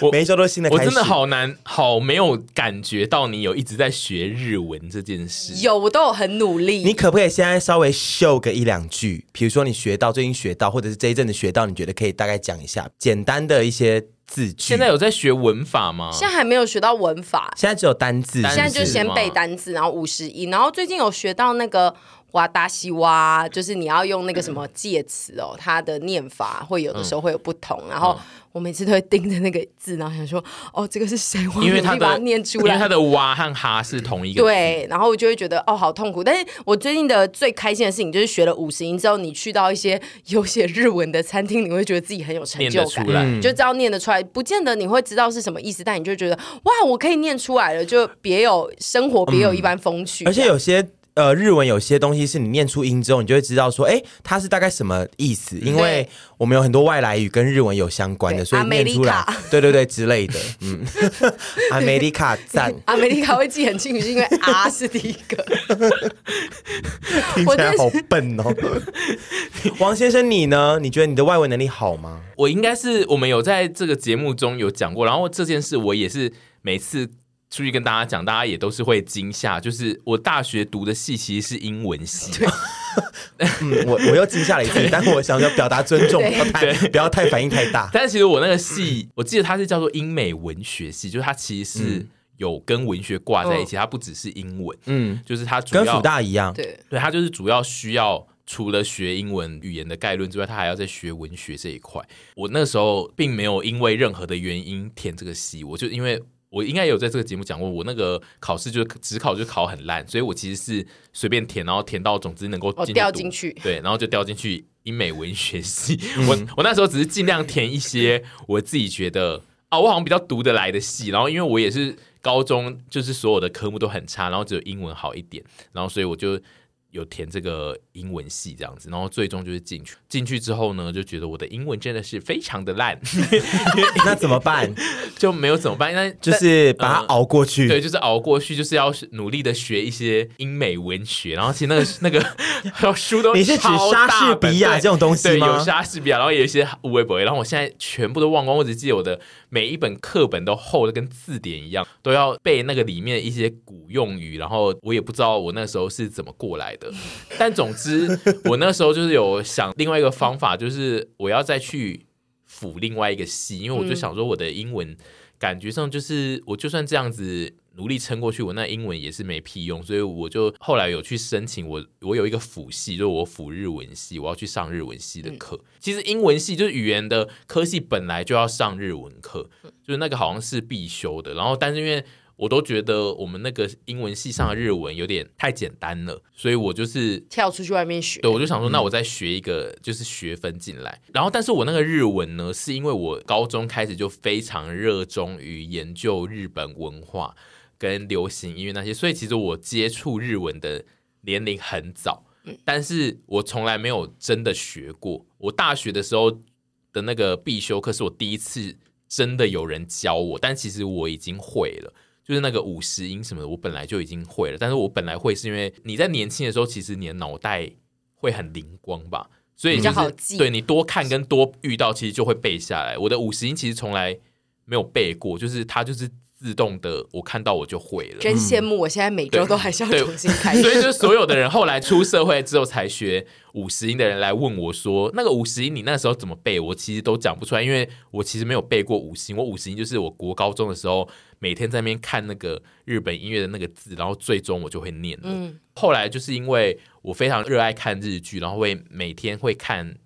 Speaker 1: 我
Speaker 4: 每一周都是新的开
Speaker 1: 我
Speaker 4: 始。
Speaker 1: 真的好难，好没有感觉到你有一直在学日文这件事。
Speaker 2: 有，我都有很努力。
Speaker 4: 你可不可以现在稍微秀个一两句？比如说你学到最近学到，或者是这一阵子学到，你觉得可以大概讲一下简单的一些字句。
Speaker 1: 现在有在学文法吗？
Speaker 2: 现在还没有学到文法，
Speaker 4: 现在只有单字，
Speaker 1: 单字
Speaker 2: 现在
Speaker 4: 是
Speaker 2: 就
Speaker 4: 不是
Speaker 2: 先背单词，然后五十音，然后最近有学到那个。哇达西哇，就是你要用那个什么介词哦，它的念法会有的时候会有不同。然
Speaker 1: 嗯
Speaker 2: 后我每次都会盯着那个字，然后想说，哦，这个是谁？我
Speaker 1: 因为
Speaker 2: 努
Speaker 1: 它
Speaker 2: 力把它
Speaker 1: 的
Speaker 2: 念出
Speaker 1: 因
Speaker 2: 来。
Speaker 1: 为它的哇和哈是同一个。，
Speaker 2: 对，然后我就会觉得哦，好痛苦。但是我最近的最开心的事情就是学了五十音之后，你去到一些有写日文的餐厅，你会觉得自己很有成
Speaker 1: 念
Speaker 2: 就
Speaker 1: 得出
Speaker 2: 感，
Speaker 1: 来
Speaker 2: 就知道念得出来，不见得你会知道是什么意思，但你就觉得哇，我可以念出来了，就别有生活别有一番风趣。
Speaker 1: 嗯
Speaker 4: 而且有些呃日文有些东西是你念出音之后，你就会知道说，哎、它是大概什么意思。因为我们有很多外来语跟日文有相关
Speaker 2: 嗯
Speaker 4: 的，
Speaker 2: 对
Speaker 4: 所以念出
Speaker 2: 阿
Speaker 4: 来
Speaker 2: 美利，
Speaker 4: 对对对之类的。 嗯，阿美利卡赞，
Speaker 2: 阿美利卡会记很清楚，是因为 R 是第一 个。
Speaker 4: 听起
Speaker 2: 我
Speaker 4: 来
Speaker 2: 真是
Speaker 4: 好 笨哦。王先生，你呢？你觉得你的外文能力好吗？
Speaker 1: 我应该是我们有在这个节目中有讲过，然后这件事我也是每次出去跟大家讲，大家也都是会惊吓。就是我大学读的系其实是英文系，
Speaker 4: 嗯，我我又惊吓了一次，但我想要表达尊重，不要太不要太反应太大。
Speaker 1: 但其实我那个系，我记得它是叫做英美文学系，就是它其实是有跟文学挂在一起，它不只是英文，
Speaker 4: 嗯，
Speaker 1: 就是它主
Speaker 4: 跟
Speaker 1: 要
Speaker 4: 福大一样，
Speaker 2: 对，
Speaker 1: 对它就是主要需要。除了学英文语言的概论之外，他还要再学文学这一块。我那时候并没有因为任何的原因填这个系，我就因为我应该有在这个节目讲过，我那个考试就是只考就考很烂，所以我其实是随便填，然后填到总之能够
Speaker 2: 我
Speaker 1: 进
Speaker 2: 哦掉
Speaker 1: 读
Speaker 2: 进去
Speaker 1: 对，然后就掉进去英美文学系。我我那时候只是尽量填一些我自己觉得啊，我好像比较读得来的系。然后因为我也是高中，就是所有的科目都很差，然后只有英文好一点，然后所以我就。有填这个英文系这样子，然后最终就是进去。进去之后呢，就觉得我的英文真的是非常的烂，
Speaker 4: 那怎么办？
Speaker 1: 就没有怎么办。那
Speaker 4: 就是把它熬过去。
Speaker 1: 对，就是熬过去，就是要努力的学一些英美文学，然后其实那个 那个书都
Speaker 4: 你是指
Speaker 1: 超
Speaker 4: 莎
Speaker 1: 大
Speaker 4: 士
Speaker 1: 本
Speaker 4: 比亚
Speaker 1: 对
Speaker 4: 这种东西
Speaker 1: 对，有
Speaker 4: 吗
Speaker 1: 莎士比亚，然后也有一些无微博，然后我现在全部都忘光，我只记得我的每一本课本都厚的跟字典一样，都要背那个里面一些古用语，然后我也不知道我那时候是怎么过来的，但总之我那时候就是有想另外一个方法，就是我要再去辅另外一个系，因为
Speaker 4: 嗯
Speaker 1: 我就想说我的英文。感觉上就是我就算这样子努力撑过去，我那英文也是没屁用，所以我就后来有去申请我我有一个辅系，就是我辅日文系，我要去上日文系的课。其实英文系就是语言的科系本来就要上日文课，就是那个好像是必修的。然后但是因为我都觉得我们那个英文系上的日文有点太简单了，所以我就是
Speaker 2: 跳出去外面学
Speaker 1: 对，。我就想说，那我再学一个就是学分进来。然后，但是我那个日文呢，是因为我高中开始就非常热衷于研究日本文化跟流行音乐那些，所以其实我接触日文的年龄很早，但是我从来没有真的学过。我大学的时候的那个必修课是我第一次真的有人教我，但其实我已经会了。就是那个五十音什么的，我本来就已经会了。但是我本来会是因为你在年轻的时候，其实你的脑袋会很灵光吧，所以、就是、
Speaker 2: 比较好记
Speaker 1: 对你多看跟多遇到，其实就会背下来。我的五十音其实从来没有背过，就是它就是自动的，我看到我就会了。
Speaker 2: 真羡慕！我现在每周
Speaker 1: 对
Speaker 2: 都还是要
Speaker 1: 对
Speaker 2: 重新开始
Speaker 1: 所。以就是所有的人后来出社会之后才学五十音的人来问我说，那个五十音你那时候怎么背？我其实都讲不出来，因为我其实没有背过五十音。我五十音就是我国高中的时候每天在那边看那个日本音乐的那个字，然后最终我就会念了。
Speaker 2: 嗯
Speaker 1: 后来就是因为我非常热爱看日剧，然后会每天会看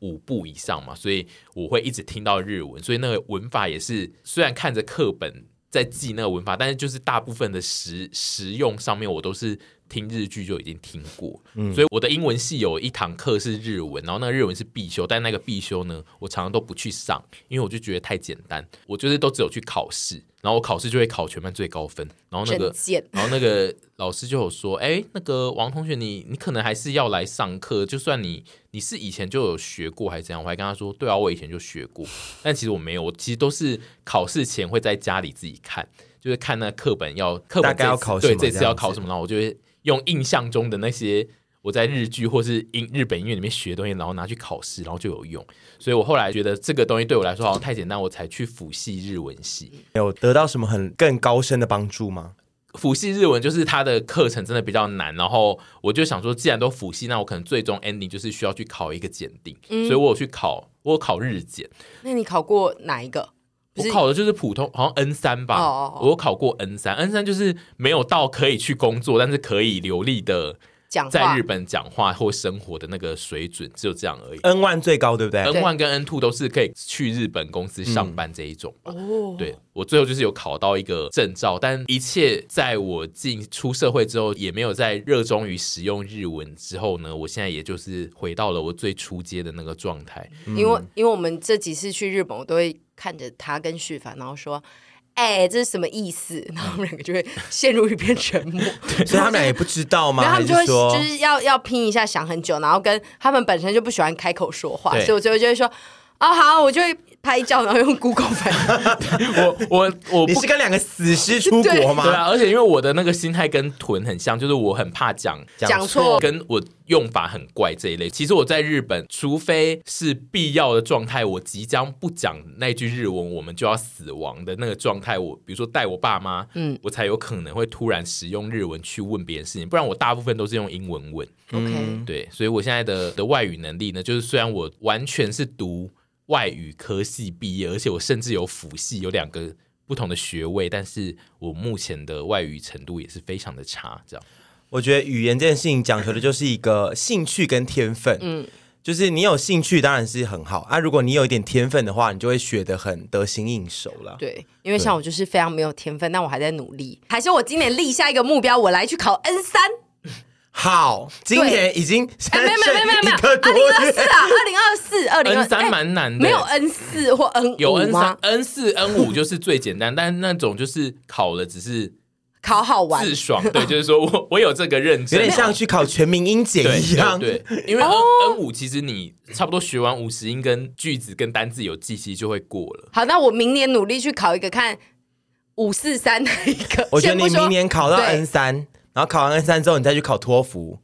Speaker 1: 五部以上嘛，所以我会一直听到日文，所以那个文法也是虽然看着课本在记那个文法，但是就是大部分的实实用上面我都是听日剧就已经听过，所以我的英文系有一堂课是日文，然后那个日文是必修，但那个必修呢，我常常都不去上，因为我就觉得太简单，我就是都只有去考试，然后我考试就会考全班最高分，然后那个
Speaker 2: 真贱
Speaker 1: 然后那个老师就有说：“哎、那个王同学你，你可能还是要来上课，就算你你是以前就有学过还是怎样。”我还跟他说：“对啊，我以前就学过，但其实我没有，我其实都是考试前会在家里自己看，就是看那课本要课本
Speaker 4: 大概要
Speaker 1: 这次
Speaker 4: 考什
Speaker 1: 对
Speaker 4: 么
Speaker 1: 这次
Speaker 4: 这
Speaker 1: 要
Speaker 4: 样
Speaker 1: 考
Speaker 4: 子
Speaker 1: 什么，然后我就会用印象中的那些。”我在日剧或是英日本音乐里面学的东西，然后拿去考试，然后就有用。所以我后来觉得这个东西对我来说好像太简单，我才去辅系日文系。
Speaker 4: 有得到什么很更高深的帮助吗？
Speaker 1: 辅系日文就是它的课程真的比较难，然后我就想说，既然都辅系，那我可能最终 ending 就是需要去考一个检定，
Speaker 2: 嗯
Speaker 1: 所以我有去考，我有考日检，
Speaker 2: 那你考过哪一个？不
Speaker 1: 我
Speaker 2: 是
Speaker 1: 考的就是普通，好像 N 三吧，
Speaker 2: 哦哦哦
Speaker 1: 我有考过 N 三，N 三就是没有到可以去工作，但是可以流利的
Speaker 2: 讲
Speaker 1: 在
Speaker 2: 话
Speaker 1: 日本讲话或生活的那个水准，只有这样而已。
Speaker 4: N one 最高对不对？
Speaker 1: N one 跟 N two 都是可以去日本公司上班这一种吧。
Speaker 2: 哦，
Speaker 1: 对我最后就是有考到一个证照，但一切在我进出社会之后，也没有再热衷于使用日文之后呢，我现在也就是回到了我最初阶的那个状 态。
Speaker 2: 因为因为我们这几次去日本，我都会看着他跟旭凡，然后说。哎，这是什么意思？ 然后我们两个就会陷入一片沉 默。
Speaker 4: 所以他们俩也不知道吗？
Speaker 2: 然后他们
Speaker 4: 还
Speaker 2: 就会
Speaker 4: 是说
Speaker 2: 就是要要拼一下，想很久，然后跟他们本身就不喜欢开口说话，
Speaker 1: 对
Speaker 2: 所以我最后就会说，哦好，我就会拍照，然后用 Google 翻译。
Speaker 1: 我我我
Speaker 4: 你
Speaker 1: 不
Speaker 4: 是跟两个死尸出国
Speaker 1: 对
Speaker 4: 吗？
Speaker 1: 啊，而且因为我的那个心态跟臀很像，就是我很怕 讲
Speaker 2: 讲错
Speaker 1: 跟我用法很怪这一类。其实我在日本，除非是必要的状态，我即将不讲那句日文，我们就要死亡的那个状态，我比如说带我爸妈，嗯，我才有可能会突然使用日文去问别人事情，不然我大部分都是用英文问。
Speaker 4: 嗯
Speaker 2: OK，
Speaker 1: 对，所以我现在的的外语能力呢，就是虽然我完全是读外语科系毕业，而且我甚至有辅系，有两个不同的学位，但是我目前的外语程度也是非常的差。这样，
Speaker 4: 我觉得语言这件事情讲求的就是一个兴趣跟天分。嗯。就是你有兴趣当然是很好啊，如果你有一点天分的话，你就会学得很得心应手了。
Speaker 2: 对，因为像我就是非常没有天分，但我还在努力。还是我今年立下一个目标，我来去考 N 三。
Speaker 4: 好，今年已经
Speaker 2: 哎，
Speaker 4: 三
Speaker 2: 没有没有没有没有没有，
Speaker 4: 一个
Speaker 2: 二
Speaker 4: 多
Speaker 2: 零二四
Speaker 4: 月，
Speaker 2: 啊，二零二四，二零
Speaker 1: N
Speaker 2: 二
Speaker 1: 三蛮难的，
Speaker 2: 哎没有 N 四或 N
Speaker 1: 有 N
Speaker 2: 五
Speaker 1: 三
Speaker 2: 吗、？
Speaker 1: N 四、N 五 就是最简单，但那种就是考了只是
Speaker 2: 考好玩
Speaker 1: 自爽， 对，就是说我我有这个认
Speaker 4: 有
Speaker 1: 知，
Speaker 4: 点像去考全民英检
Speaker 1: 对
Speaker 4: 一样。哦
Speaker 1: 对，对因为 N N 五其实你差不多学完五十音跟句子跟单字有记忆就会过了。
Speaker 2: 好，那我明年努力去考一个看五四三的一个。
Speaker 4: 我觉得
Speaker 2: 先不
Speaker 4: 你
Speaker 2: 说
Speaker 4: 明年考到
Speaker 2: 对
Speaker 4: N 三，然后考完 N 三之后，你再去考托福。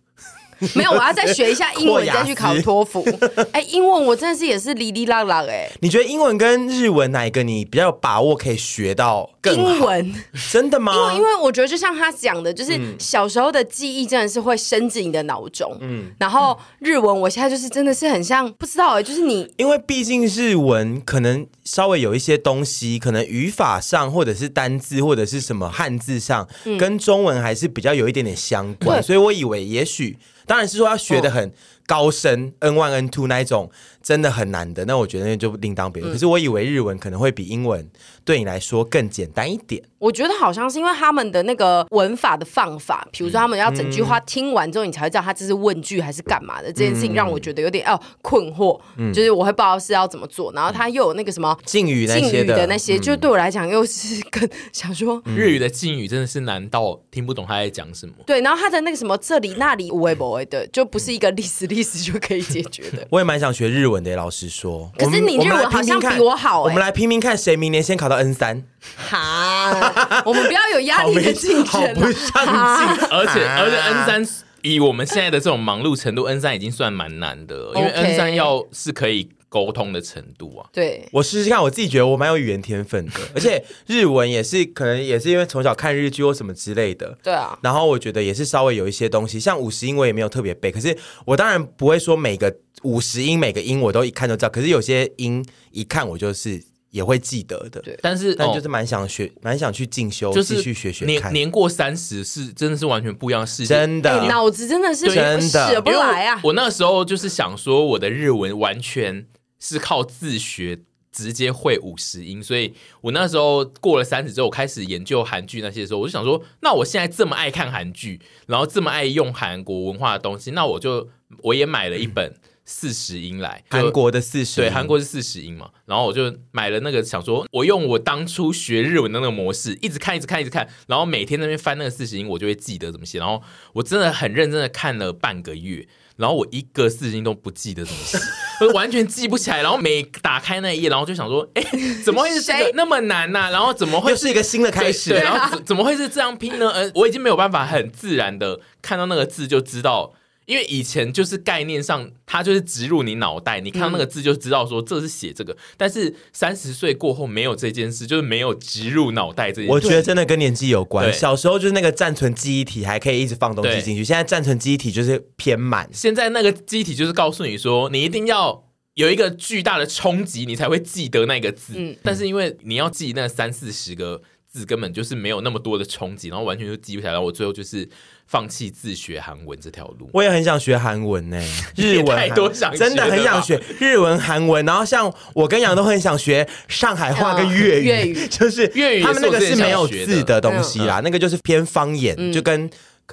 Speaker 2: 没有，我要再学一下英
Speaker 4: 扩
Speaker 2: 文，
Speaker 4: 雅思
Speaker 2: 再去考托 福。哎，英文我真的是也是哩哩啦啦哎，
Speaker 4: 你觉得英文跟日文哪一个你比较有把握可以学到更
Speaker 2: 英
Speaker 4: 好？啊
Speaker 2: 文。
Speaker 4: 真的
Speaker 2: 因为
Speaker 4: 吗
Speaker 2: 因？为我觉得就像他讲的，就是
Speaker 4: 嗯
Speaker 2: 小时候的记忆真的是会深植你的脑中。嗯，然后日文我现在就是真的是很像不知道哎、就是你
Speaker 4: 因为毕竟日文可能稍微有一些东西，可能语法上或者是单字或者是什么汉字上，跟中文还是比较有一点点相关，
Speaker 2: 嗯对
Speaker 4: 所以我以为也许，当然是说要学的很高深、N
Speaker 2: 哦
Speaker 4: one N two 那一种真的很难的，那我觉得那就另当别
Speaker 2: 嗯
Speaker 4: 论。可是我以为日文可能会比英文对你来说更简单一点。
Speaker 2: 我觉得好像是因为他们的那个文法的放法，比如说他们要整句话听完之后，你才会知道他这是问句还是干嘛的。这件事情让我觉得有点哦困惑，就是我会不知道是要怎么做。然后他又有那个什么。
Speaker 4: 敬语那
Speaker 2: 敬
Speaker 4: 些
Speaker 2: 语
Speaker 4: 的
Speaker 2: 的嗯那些，就对我来讲又是更想说，
Speaker 4: 嗯
Speaker 1: 日语的敬语真的是难到听不懂他在讲什么。
Speaker 2: 对，然后他的那个什么这里那里无为不为的，就不是一个历史历史就可以解决的。
Speaker 4: 我也蛮想学日文的耶，老实说。
Speaker 2: 可是
Speaker 4: 我们
Speaker 2: 你
Speaker 4: 我们
Speaker 2: 日文
Speaker 4: 来拼拼
Speaker 2: 好像
Speaker 4: 看
Speaker 2: 比我好欸
Speaker 4: 我
Speaker 2: 耶
Speaker 4: 们来拼拼看谁明年先考到 N 三，
Speaker 2: 哈，我们不要有压
Speaker 4: 好
Speaker 2: 力的
Speaker 4: 没
Speaker 2: 竞
Speaker 4: 好
Speaker 2: 争
Speaker 4: 不
Speaker 2: 了。
Speaker 4: 上进，
Speaker 1: 而且、
Speaker 4: 啊
Speaker 1: 而且 N 三以我们现在的这种忙碌程度，N 三已经算蛮难的了，因为
Speaker 2: OK
Speaker 1: N 三要是可以沟通的程度啊。
Speaker 2: 对，
Speaker 4: 我试试看，我自己觉得我蛮有语言天分的，而且日文也是可能也是因为从小看日剧或什么之类的。
Speaker 2: 对啊，
Speaker 4: 然后我觉得也是稍微有一些东西，像五十音我也没有特别背，可是我当然不会说每个五十音每个音我都一看就知道，可是有些音一看我就是也会记得的。
Speaker 2: 对
Speaker 1: 但是
Speaker 4: 但
Speaker 1: 哦
Speaker 4: 就是蛮想学，蛮想去进修，
Speaker 1: 就是
Speaker 4: 继续学学
Speaker 1: 年
Speaker 4: 看。
Speaker 1: 年过三十是真的是完全不一样的世界。
Speaker 4: 真的，
Speaker 2: 哎脑子真的是
Speaker 4: 对真的
Speaker 2: 舍不
Speaker 1: 因为我
Speaker 2: 来啊。
Speaker 1: 我那时候就是想说，我的日文完全是靠自学直接会五十音，所以我那时候过了三十之后，我开始研究韩剧那些的时候，我就想说，那我现在这么爱看韩剧，然后这么爱用韩国文化的东西，那我就我也买了一本四十音来，就
Speaker 4: 韩国的四十，
Speaker 1: 对，韩国是四十音嘛，然后我就买了那个，想说我用我当初学日文的那个模式，一直看，一直看，一直看，然后每天那边翻那个四十音，我就会记得怎么写。然后我真的很认真的看了半个月，然后我一个四十音都不记得怎么写， 我完全记不起来。然后每打开那一页，然后就想说，哎，怎么会是这个
Speaker 2: 谁
Speaker 1: 那么难呐、然后怎么会
Speaker 4: 又是一个新的开始
Speaker 1: 对，对，然后怎怎 么会是这样拼呢？呃，我已经没有办法很自然的看到那个字就知道，因为以前就是概念上，它就是植入你脑袋，你看到那个字就知道说这是写这个。但是三十岁过后没有这件事，就是没有植入脑袋这件事。
Speaker 4: 我觉得真的跟年纪有关。
Speaker 1: 对
Speaker 4: 小时候就是那个暂存记忆体还可以一直放东西
Speaker 1: 对
Speaker 4: 进去，现在暂存记忆体就是偏满。
Speaker 1: 现在那个机体就是告诉你说，你一定要。有一个巨大的冲击，你才会记得那个字。
Speaker 2: 嗯
Speaker 1: 但是因为你要记那三四十个字，根本就是没有那么多的冲击，然后完全就记不起来。然后我最后就是放弃自学韩文这条路。
Speaker 4: 我也很想学韩文呢、
Speaker 1: 也
Speaker 4: 日文
Speaker 1: 太
Speaker 4: 韩
Speaker 1: 多想学
Speaker 4: 真的
Speaker 1: 的
Speaker 4: 很想
Speaker 1: 吧
Speaker 4: 学日文、韩文。然后像我跟杨都很想学上海话跟
Speaker 2: 嗯
Speaker 4: 粤语，
Speaker 2: 粤语
Speaker 4: 就是
Speaker 1: 粤语也
Speaker 4: 他们那个
Speaker 1: 是我
Speaker 4: 是
Speaker 1: 之前
Speaker 4: 没有
Speaker 1: 想学
Speaker 4: 字
Speaker 1: 的
Speaker 4: 的东西
Speaker 2: 嗯
Speaker 4: 啦，那个就是偏方言，就跟。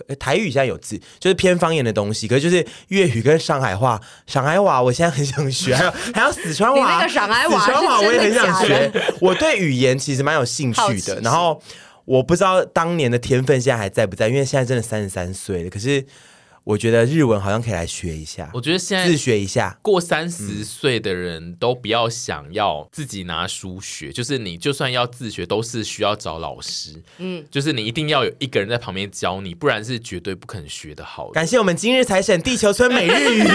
Speaker 4: 呃台语现在有字，就是偏方言的东西。可是就是粤语跟上海话，上海话我现在很 想学，还有还有四川话。
Speaker 2: 你那个上海话
Speaker 4: 四川话
Speaker 2: 是真
Speaker 4: 我也
Speaker 2: 的
Speaker 4: 很想
Speaker 2: 假
Speaker 4: 学。我对语言其实蛮有兴
Speaker 2: 好
Speaker 4: 趣
Speaker 2: 奇
Speaker 4: 的，
Speaker 2: 心
Speaker 4: 然后我不知道当年的天分现在还在不在，因为现在真的三十三岁了。可是我觉得日文好像可以来学一下，
Speaker 1: 我觉得现
Speaker 4: 自
Speaker 1: 在
Speaker 4: 学一嗯下。
Speaker 1: 过三十岁的人都不要想要自己拿书学，就是你就算要自学，都是需要找老师。嗯，就是你一定要有一个人在旁边教你，不然是绝对不肯学得好的。
Speaker 4: 感谢我们今日财神地球村每日 语，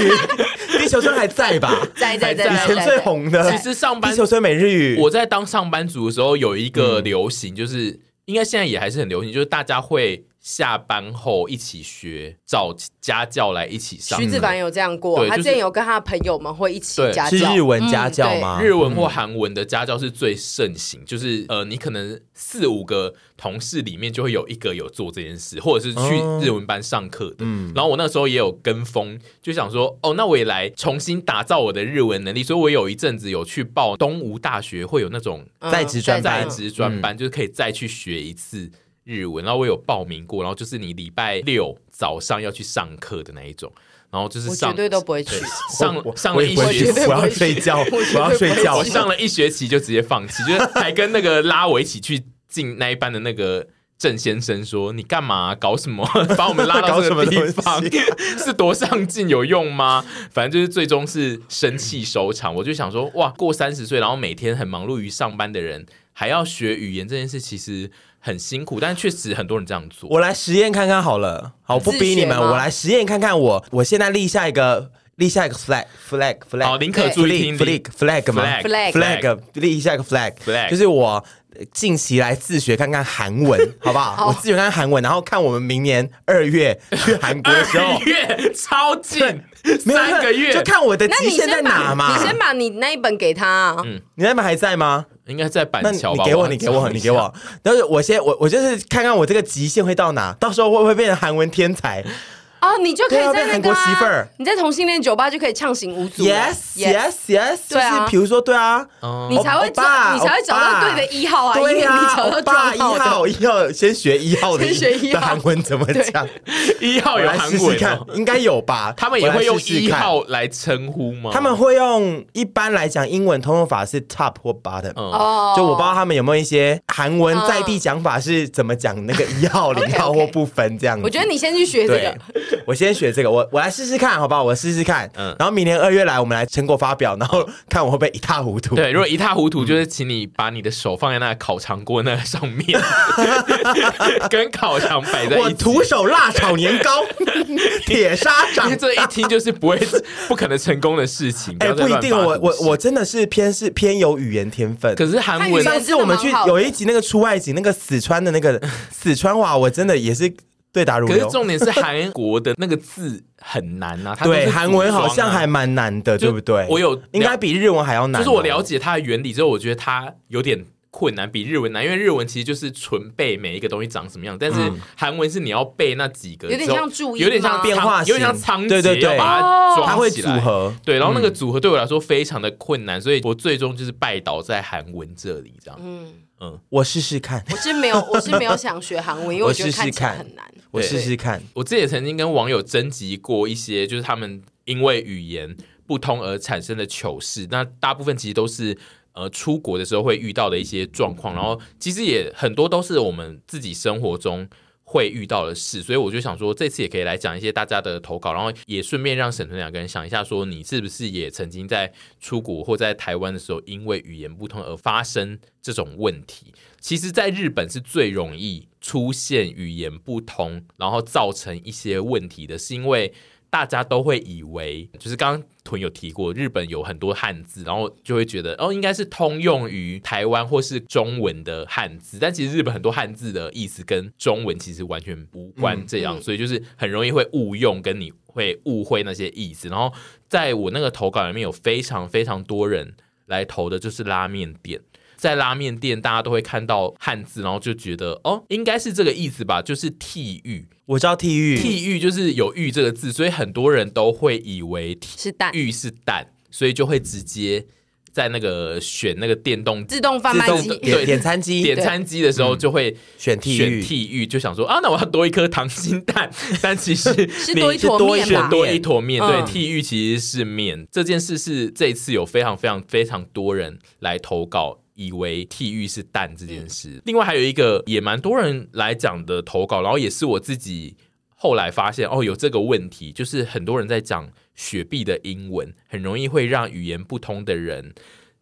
Speaker 4: 地球村还在吧？
Speaker 2: 在在在
Speaker 1: 还
Speaker 4: 以
Speaker 1: 在
Speaker 2: 在
Speaker 4: 前
Speaker 2: 在
Speaker 4: 最红的，
Speaker 1: 其实上班
Speaker 4: 地球村每日语，
Speaker 1: 我在当上班族的时候，有一个
Speaker 4: 嗯
Speaker 1: 流行，就是、应该现在也还是很流行，就是大家会下班后一起学，找家教来一起上
Speaker 2: 徐子
Speaker 1: 课
Speaker 2: 凡有这样过，
Speaker 1: 对
Speaker 2: 他
Speaker 1: 就
Speaker 2: 之
Speaker 1: 是
Speaker 2: 前有跟他的朋友们会一起
Speaker 1: 对
Speaker 2: 家
Speaker 4: 是
Speaker 2: 教，嗯
Speaker 4: 日文家教吗？
Speaker 1: 嗯日文或韩文的家教是最盛行，就是呃，你可能四五个同事里面就会有一个有做这件事，或者是去
Speaker 4: 哦
Speaker 1: 日文班上课的。
Speaker 4: 嗯
Speaker 1: 然后我那时候也有跟风，就想说，哦，那我也来重新打造我的日文能力，所以我有一阵子有去报东吴大学，会有那种
Speaker 2: 嗯
Speaker 4: 在职专班
Speaker 1: 在职专
Speaker 4: 嗯
Speaker 1: 班，就是可以再去学一次日文。然后我有报名过，然后就是你礼拜六早上要去上课的那一种，然后就是
Speaker 2: 我
Speaker 1: 上
Speaker 2: 绝对都不会去
Speaker 1: 对。
Speaker 4: 我
Speaker 1: 上
Speaker 4: 我
Speaker 1: 上
Speaker 4: 我
Speaker 1: 了
Speaker 4: 也
Speaker 1: 一
Speaker 4: 不会
Speaker 1: 学
Speaker 4: 去
Speaker 1: 期
Speaker 2: 绝对
Speaker 4: 我
Speaker 2: 不
Speaker 4: 要
Speaker 2: 会去
Speaker 4: 睡觉，我要睡觉
Speaker 1: 我。上了一学 期就直接放弃，就是还跟那个拉我一起去进那一班的那个郑先生说：“你干嘛、搞什么？ 把我们拉到这个地
Speaker 4: 搞什么
Speaker 1: 方
Speaker 4: 东
Speaker 1: 是多上进有用吗？”反正就是最终是生气收场。我就想说，哇，过三十岁，然后每天很忙碌于上班的人，还要学语言这件事，其实很辛苦，但确实很多人这样做。
Speaker 4: 我来实验看看好了，好，我不逼你们，
Speaker 2: 自学吗
Speaker 4: 我来实验看看我，我现在立下一个立下一个 flag flag flag，
Speaker 1: 好，宁可注意听
Speaker 4: flag flag flag 吗
Speaker 1: Flag
Speaker 4: flag 立下一个 flag
Speaker 1: Flag
Speaker 4: 就是我呃近期来自学看看韩 文，好不好？我自学看看韩文，然后看我们明年二月去韩国的时
Speaker 1: 二
Speaker 4: 候，
Speaker 1: 月超近，
Speaker 4: 没有
Speaker 1: 三个月
Speaker 4: 就看我的
Speaker 2: 那
Speaker 4: 极
Speaker 2: 你
Speaker 4: 限在
Speaker 2: 先
Speaker 4: 哪
Speaker 2: 把
Speaker 4: 嘛。
Speaker 2: 你先把你那一本给他啊，
Speaker 1: 嗯
Speaker 4: 你那边还在吗？
Speaker 1: 应该在板
Speaker 4: 那
Speaker 1: 桥
Speaker 4: 你
Speaker 1: 吧？
Speaker 4: 给我，
Speaker 1: 要
Speaker 4: 你给我，
Speaker 1: 找一
Speaker 4: 你给
Speaker 1: 下
Speaker 4: 我。但是我先，我我就是看看我这个极限会到哪，到时候会不会变成韩文天才
Speaker 2: 哦，你就可以
Speaker 4: 对啊
Speaker 2: 在
Speaker 4: 变
Speaker 2: 那
Speaker 4: 韩
Speaker 2: 个
Speaker 4: 国媳妇儿
Speaker 2: 啊，你在同性恋酒吧就可以畅行无阻啊了
Speaker 4: ？Yes yes yes，就
Speaker 2: 对啊
Speaker 4: 是比如说，对啊，
Speaker 2: 你才会
Speaker 4: 欧巴
Speaker 2: 找，你才会找
Speaker 4: 欧巴
Speaker 2: 到对的一号啊，因为
Speaker 4: 对
Speaker 2: 你
Speaker 4: 呀，
Speaker 2: 找到
Speaker 4: 欧巴
Speaker 2: 撞
Speaker 4: 一
Speaker 2: 号的
Speaker 4: 号，一号先学一号的
Speaker 2: 先学一
Speaker 4: 的
Speaker 2: 号
Speaker 4: 韩文怎么讲？
Speaker 1: 一号
Speaker 4: 我
Speaker 1: 有
Speaker 4: 来
Speaker 1: 韩
Speaker 4: 试试
Speaker 1: 文、
Speaker 4: 看
Speaker 1: 哦，，
Speaker 4: 应该有 吧？
Speaker 1: 他们也
Speaker 4: 我来
Speaker 1: 会用
Speaker 4: 试试
Speaker 1: 一
Speaker 4: 看，
Speaker 1: 号来称呼吗？
Speaker 4: 他们会用一般来讲英文通用法是 top 或 bottom。
Speaker 1: 嗯
Speaker 2: 哦，
Speaker 4: 就我不知道他们有没有一些韩文
Speaker 2: 嗯
Speaker 4: 在地讲法是怎么讲那个一 号、零
Speaker 2: OK，OK
Speaker 4: 号或不分这样子。
Speaker 2: 我觉得你先去学这
Speaker 4: 对
Speaker 2: 个，，
Speaker 4: 我先学这个，我我来试试看，好不好？我试试看，
Speaker 1: 嗯
Speaker 4: 然后明年二月来，我们来成果发表，然后看我会不会一塌糊涂。
Speaker 1: 对，如果一塌糊涂，就是请你把你的手放在那个烤肠锅那个上 面，跟烤肠摆在
Speaker 4: 我
Speaker 1: 一起。
Speaker 4: 徒手辣炒年 糕，铁砂掌
Speaker 1: 因为。这一听就是不会、 不可能成功的事情。
Speaker 4: 哎、
Speaker 1: 要再
Speaker 4: 不一
Speaker 1: 乱
Speaker 4: 定，
Speaker 1: 发
Speaker 4: 我
Speaker 1: 毒
Speaker 4: 我
Speaker 1: 誓
Speaker 4: 我。真的是偏是偏有语言天分。
Speaker 1: 可是韩文
Speaker 2: 他
Speaker 4: 上
Speaker 2: 语
Speaker 4: 次我们去
Speaker 2: 真的蛮好的
Speaker 4: 有一集那个出外景，那个四川的 那个四川话，我真的也是对答如
Speaker 1: 可是
Speaker 4: 流。
Speaker 1: 重点是韩国的那个字很难啊，它都是
Speaker 4: 对，韩文好像还
Speaker 1: 组装啊
Speaker 4: 蛮难的，
Speaker 1: 就
Speaker 4: 对不对？
Speaker 1: 我有
Speaker 4: 应该比日文还要难
Speaker 1: 就
Speaker 4: 哦、
Speaker 1: 是我了解它的原理之后，我觉得它有点困难，比日文难，因为日文其实就是纯背每一个东西长什么样，但
Speaker 4: 嗯
Speaker 1: 是韩文是你要背那几个之后，
Speaker 2: 有点像注音
Speaker 1: 有点像
Speaker 2: 吗
Speaker 1: 仓
Speaker 4: 变化型
Speaker 1: 有点像仓颉，
Speaker 4: 对对对
Speaker 1: 要把它装
Speaker 4: 它会
Speaker 1: 起
Speaker 4: 组
Speaker 1: 来
Speaker 4: 合。嗯
Speaker 1: 对，然后那个组合对我来说非常的困难，所以我最终就是拜倒在韩文这里，这样。
Speaker 4: 我试 试看，
Speaker 2: 我是没有，我是没有想学韩文， 因为
Speaker 4: 我
Speaker 2: 觉得
Speaker 4: 试试
Speaker 2: 看起来
Speaker 4: 看
Speaker 2: 很难。
Speaker 4: 我试试看。
Speaker 1: 我之前也曾经跟网友征集过一些，就是他们因为语言不通而产生的糗事。那大部分其实都是呃出国的时候会遇到的一些状况，然后其实也很多都是我们自己生活中。会遇到的事，所以我就想说，这次也可以来讲一些大家的投稿，然后也顺便让沈腾两个人想一下，说你是不是也曾经在出国或在台湾的时候，因为语言不通而发生这种问题。其实，在日本是最容易出现语言不通，然后造成一些问题的，是因为大家都会以为，就是刚刚屯有提过，日本有很多汉字，然后就会觉得哦，应该是通用于台湾或是中文的汉字，但其实日本很多汉字的意思跟中文其实完全无关，这样，所以就是很容易会误用，跟你会误会那些意思。然后，在我那个投稿里面有非常非常多人来投的，就是拉面店。在拉面店，大家都会看到汉字，然后就觉得哦，应该是这个意思吧，就是替喻。
Speaker 2: 嗯
Speaker 4: 我知道地狱，
Speaker 1: 替喻就是有“喻”这个字，所以很多人都会以为替
Speaker 2: 是蛋
Speaker 1: 喻是蛋，所以就会直接在那个选那个电动
Speaker 2: 自动贩
Speaker 4: 自
Speaker 2: 卖
Speaker 4: 动
Speaker 2: 机，
Speaker 1: 对
Speaker 4: 点点餐机，
Speaker 1: 点餐机的时候，就会
Speaker 4: 嗯选替
Speaker 1: 选
Speaker 4: 喻
Speaker 1: 替喻，就想说啊，那我要多一颗溏心蛋， 但其实
Speaker 2: 是
Speaker 1: 你
Speaker 2: 多一坨
Speaker 4: 多一
Speaker 2: 面
Speaker 4: 坨
Speaker 2: 吧？
Speaker 1: 多一坨面，对，
Speaker 2: 嗯
Speaker 1: 替喻其实是面。这件事是这一次有非常非常非常多人来投稿。以为替喻是蛋这件事，另外还有一个也蛮多人来讲的投稿，然后也是我自己后来发现哦有这个问题，就是很多人在讲雪碧的英文，很容易会让语言不通的人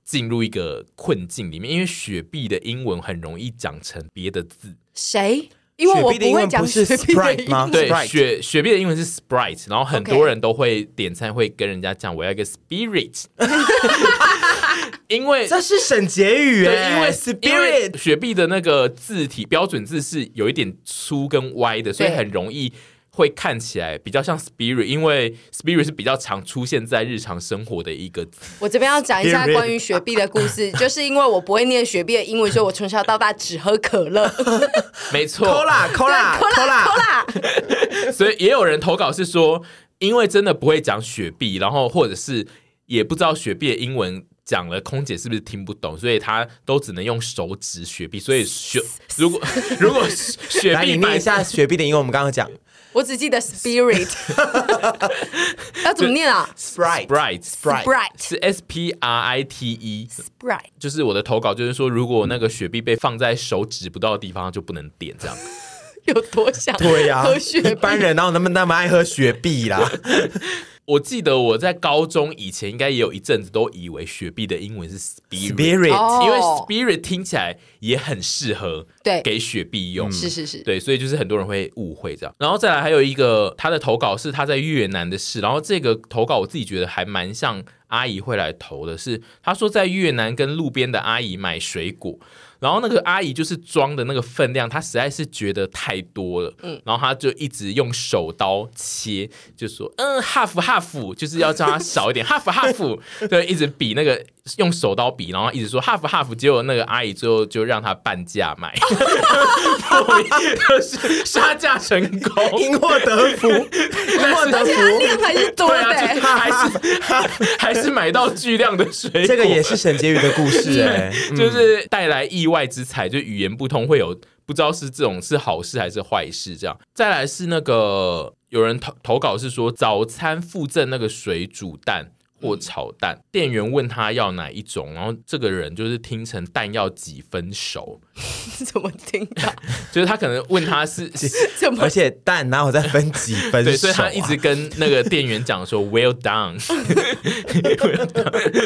Speaker 1: 进入一个困境里面，因为雪碧的英文很容易讲成别的字，
Speaker 2: 谁？因为我
Speaker 4: 雪碧的英
Speaker 2: 会
Speaker 4: 文
Speaker 2: 讲
Speaker 4: 不是
Speaker 2: 雪碧的
Speaker 4: Sprite
Speaker 2: 英
Speaker 4: 吗
Speaker 2: 文，
Speaker 1: 对，
Speaker 4: Sprite
Speaker 1: 雪雪碧的英文是 Sprite，然后很
Speaker 2: OK
Speaker 1: 多人都会点餐会跟人家讲我要一个 Spirit，因为
Speaker 4: 这是沈婕妤
Speaker 1: 对，
Speaker 4: 哎，
Speaker 1: 因为因为
Speaker 4: Spirit
Speaker 1: 雪碧的那个字体标准字是有一点粗跟歪的，所以
Speaker 2: 对
Speaker 1: 很容易。会看起来比较像 spirit，因为 spirit 是比较常出现在日常生活的一个 字。
Speaker 2: 我这边要讲一下
Speaker 4: Spirit
Speaker 2: 关于雪碧的故事，就是因为我不会念雪碧的英文，所以我从小到大只喝可乐。
Speaker 1: 没错
Speaker 4: Cola Cola Cola，
Speaker 2: 啦，
Speaker 1: 所以也有人投稿是说，因为真的不会讲雪碧，然后或者是也不知道雪碧的英文。讲了，空姐是不是听不懂？所以她都只能用手指雪碧。所以 雪，如果如果雪
Speaker 4: 来
Speaker 1: 碧
Speaker 4: 你念
Speaker 1: 买
Speaker 4: 一下雪碧的英文，我们刚刚讲
Speaker 2: 我只记得 spirit，要怎么念啊
Speaker 4: Sprite
Speaker 1: bright
Speaker 4: Sprite
Speaker 2: ？bright
Speaker 1: 是 s p r i t e，
Speaker 2: bright，
Speaker 1: 就是我的投稿就是说，如果那个雪碧被放在手指不到的地方，就不能点 这样。
Speaker 2: 有多想
Speaker 4: 对啊呀
Speaker 2: 喝，雪
Speaker 4: 一
Speaker 2: 碧？
Speaker 4: 般人然后那么那么爱喝雪 碧啦，
Speaker 1: 我记得我在高中以前应该也有一阵子都以为雪碧的英文是 spirit。
Speaker 4: Spirit
Speaker 2: 哦
Speaker 1: 因为 spirit 听起来也很适合
Speaker 2: 对
Speaker 1: 给雪碧用，
Speaker 2: 是是是，
Speaker 1: 嗯对，所以就是很多人会误会这样。然后再来还有一个他的投稿是他在越南的事，然后这个投稿我自己觉得还蛮像阿姨会来投的是，他说在越南跟路边的阿姨买水果。然后那个阿姨就是装的那个分量，她实在是觉得太多了，嗯，然后她就一直用手刀切，就说嗯，half half，就是要叫她少一点 ，half half，对，一直比那个用手刀比，然后一直说 half half，结果那个阿姨最后就让她半价买， 就是杀价成功。
Speaker 4: 因祸得 福，因祸得
Speaker 2: 而且他啊
Speaker 4: 福。
Speaker 2: 量还是多
Speaker 1: 对
Speaker 2: 的、
Speaker 1: 啊，就是还是 还是买到巨量的水果，
Speaker 4: 这个也是沈婕妤的故事哎，
Speaker 1: 就是带来意外之财，就语言不通会有不知道是这种是好事还是坏事这样。再来是那个有人投投稿是说早餐附赠那个水煮蛋。或炒蛋，店员问他要哪一种，然后这个人就是听成蛋要几分熟，
Speaker 2: 怎么听的？
Speaker 1: 就是他可能问他是
Speaker 2: 怎么
Speaker 4: 而且蛋哪有再分几分
Speaker 1: 对，
Speaker 4: 手
Speaker 1: 所以
Speaker 4: 啊？
Speaker 1: 他一直跟那个店员讲说 “well done”，